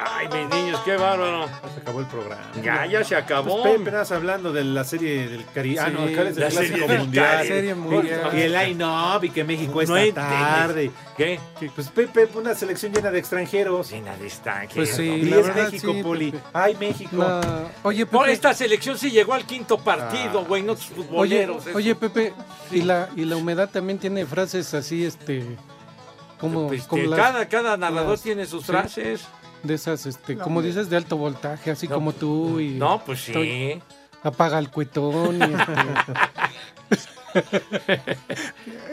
[SPEAKER 7] ¡Ay, mis niños, qué bárbaro!
[SPEAKER 9] Se acabó el programa.
[SPEAKER 7] Ya, ya se acabó.
[SPEAKER 9] Pues, Pepe, nada más hablando de la serie del Caribe. ah,
[SPEAKER 7] Sí,
[SPEAKER 9] no, acá es
[SPEAKER 7] la
[SPEAKER 9] el
[SPEAKER 7] serie
[SPEAKER 9] Clásico
[SPEAKER 7] del
[SPEAKER 9] Mundial.
[SPEAKER 7] Caribe. Serie mundial.
[SPEAKER 9] Y el ay, no, y que México es
[SPEAKER 7] No
[SPEAKER 9] tan
[SPEAKER 7] entiendes.
[SPEAKER 9] tarde.
[SPEAKER 7] ¿Qué?
[SPEAKER 9] Pues Pepe, una selección llena de extranjeros.
[SPEAKER 7] Llena de extranjeros.
[SPEAKER 8] Pues sí,
[SPEAKER 9] y
[SPEAKER 8] la
[SPEAKER 9] es
[SPEAKER 8] verdad,
[SPEAKER 9] México,
[SPEAKER 8] sí,
[SPEAKER 9] Poli. Ay, México.
[SPEAKER 8] No. Oye,
[SPEAKER 7] Por
[SPEAKER 8] Pepe.
[SPEAKER 7] esta selección sí llegó al quinto partido, güey, no tus
[SPEAKER 8] Ah, Oye,
[SPEAKER 7] futboleros.
[SPEAKER 8] oye, Pepe, y la, y la humedad también tiene frases así, este. Como,
[SPEAKER 7] Pues,
[SPEAKER 8] como
[SPEAKER 7] que
[SPEAKER 8] las-
[SPEAKER 7] cada, cada narrador
[SPEAKER 8] las-
[SPEAKER 7] tiene sus
[SPEAKER 8] sí,
[SPEAKER 7] frases.
[SPEAKER 8] De esas, este,
[SPEAKER 7] No,
[SPEAKER 8] como
[SPEAKER 7] hombre.
[SPEAKER 8] dices, de alto voltaje, así
[SPEAKER 7] No,
[SPEAKER 8] como tú. Y
[SPEAKER 7] no, pues sí.
[SPEAKER 8] estoy- apaga el cuetón. y,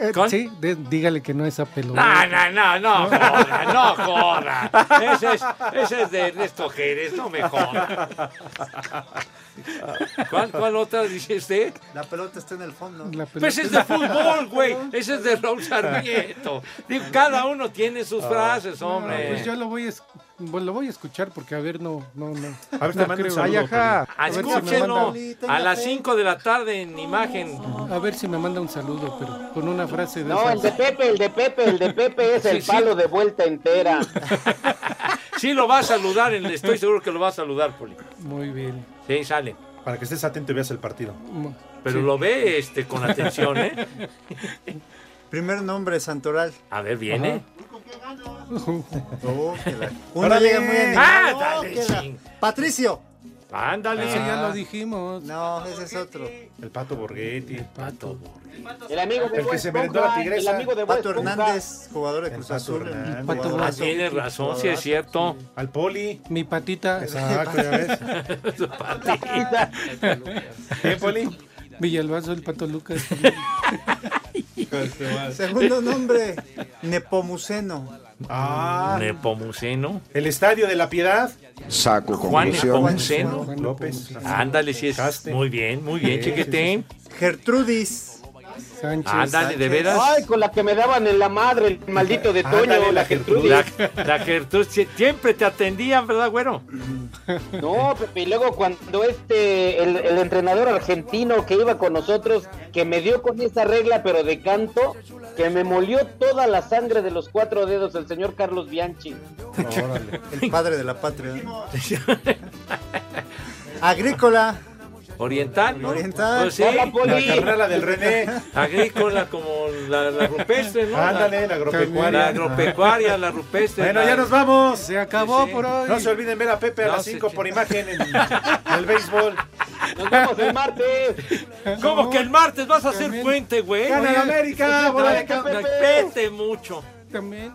[SPEAKER 8] este, eh, Sí, de- dígale que no es apelo.
[SPEAKER 7] Ah, No, no, no, no joda, no joda. Ese es, ese es de Ernesto Jerez, no me joda. ¿Cuál, cuál otra dice usted?
[SPEAKER 27] La pelota está en el fondo.
[SPEAKER 7] Pues es de fútbol, güey. Ese es de Raúl Sarmiento. Digo, cada uno tiene sus frases, hombre.
[SPEAKER 8] Ah. pues yo lo voy, a, es- pues lo voy a escuchar porque, a ver, no, no, no.
[SPEAKER 9] A ver, te
[SPEAKER 8] no
[SPEAKER 9] mando un
[SPEAKER 8] creo.
[SPEAKER 9] saludo,
[SPEAKER 8] Ay, ajá.
[SPEAKER 9] Pepe.
[SPEAKER 8] A ver si me
[SPEAKER 7] Escúchenlo
[SPEAKER 8] manda-
[SPEAKER 7] a las 5 de la tarde en imagen.
[SPEAKER 8] A ver si me manda un saludo, pero con una frase de
[SPEAKER 11] No, el
[SPEAKER 8] esas.
[SPEAKER 11] de Pepe, el de Pepe, el de Pepe es el
[SPEAKER 8] Sí, sí.
[SPEAKER 11] palo de vuelta entera.
[SPEAKER 7] Sí lo va a saludar, en- estoy seguro que lo va a saludar, Poli.
[SPEAKER 8] Muy bien.
[SPEAKER 7] Sí, sale.
[SPEAKER 9] Para que estés atento y veas el partido.
[SPEAKER 7] Pero
[SPEAKER 9] Sí.
[SPEAKER 7] lo ve este, con atención, ¿eh?
[SPEAKER 27] Primer nombre, Santoral.
[SPEAKER 7] A ver, viene.
[SPEAKER 27] Oh, que la- Uno
[SPEAKER 7] Órale.
[SPEAKER 27] llega muy animado.
[SPEAKER 7] Ah,
[SPEAKER 27] Oh,
[SPEAKER 7] dale,
[SPEAKER 27] que la-
[SPEAKER 7] ching.
[SPEAKER 27] Patricio.
[SPEAKER 7] Ándale. Ah,
[SPEAKER 8] Ese Ah, ya lo dijimos.
[SPEAKER 27] Ah. No, ese es otro.
[SPEAKER 9] El Pato Borghetti. El
[SPEAKER 7] Pato.
[SPEAKER 11] El amigo de
[SPEAKER 9] El que
[SPEAKER 11] Bob
[SPEAKER 9] se merendó la
[SPEAKER 11] Esponja,
[SPEAKER 9] tigresa.
[SPEAKER 11] El amigo de Bob
[SPEAKER 27] Pato
[SPEAKER 11] Esponja.
[SPEAKER 27] Hernández, jugador de Cruz Azul. el
[SPEAKER 7] Ah,
[SPEAKER 27] jugadorazo.
[SPEAKER 7] Tienes razón, sí es cierto.
[SPEAKER 9] Al Poli.
[SPEAKER 8] Mi patita.
[SPEAKER 9] Exacto, ya ves.
[SPEAKER 7] Su patita.
[SPEAKER 9] ¿Qué, Poli?
[SPEAKER 8] Villalbazo, el pato Lucas.
[SPEAKER 27] Pues, Segundo nombre, Nepomuceno.
[SPEAKER 9] Ah,
[SPEAKER 7] Nepomuceno.
[SPEAKER 9] el Estadio de la Piedad.
[SPEAKER 10] Saco
[SPEAKER 7] Juan
[SPEAKER 10] conclusiones.
[SPEAKER 7] Nepomuceno.
[SPEAKER 9] López.
[SPEAKER 7] Ándale, sí es. Muy bien, muy bien,
[SPEAKER 27] Sí,
[SPEAKER 7] chiquitín.
[SPEAKER 27] Gertrudis. Sánchez.
[SPEAKER 7] Ándale, de veras.
[SPEAKER 11] Ay, con la que me daban en la madre, el maldito de Toño,
[SPEAKER 7] Ándale,
[SPEAKER 11] la Gertrudis.
[SPEAKER 7] La, la Gertrudis, sie- siempre te atendían, ¿verdad, güero?
[SPEAKER 11] No, Pepe, y luego cuando este, el, el entrenador argentino que iba con nosotros, que me dio con esa regla, pero de canto, que me molió toda la sangre de los cuatro dedos, el señor Carlos Bianchi.
[SPEAKER 27] El padre de la patria. Agrícola.
[SPEAKER 7] Oriental, ¿no?
[SPEAKER 27] Oriental.
[SPEAKER 7] Pues sí.
[SPEAKER 27] Hola, Poli.
[SPEAKER 7] La carrala
[SPEAKER 9] del René.
[SPEAKER 7] Agrícola como la, la rupestre, ¿no?
[SPEAKER 9] Ándale, la agropecuaria.
[SPEAKER 7] La agropecuaria, la rupestre.
[SPEAKER 9] Bueno,
[SPEAKER 7] la-
[SPEAKER 9] ya nos vamos. Se
[SPEAKER 7] acabó Sí, sí. por hoy.
[SPEAKER 9] No se olviden ver a Pepe a
[SPEAKER 7] No
[SPEAKER 9] las
[SPEAKER 7] se
[SPEAKER 9] 5 por imagen en el béisbol.
[SPEAKER 11] Nos vemos el martes.
[SPEAKER 7] ¿Cómo que el martes vas a hacer puente, güey?
[SPEAKER 9] Gana la América, bola de campeones.
[SPEAKER 7] Respete mucho.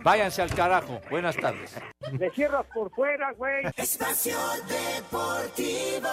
[SPEAKER 7] Váyanse al carajo. Buenas tardes.
[SPEAKER 10] Me cierras por fuera, güey.
[SPEAKER 5] Espacio Deportivo.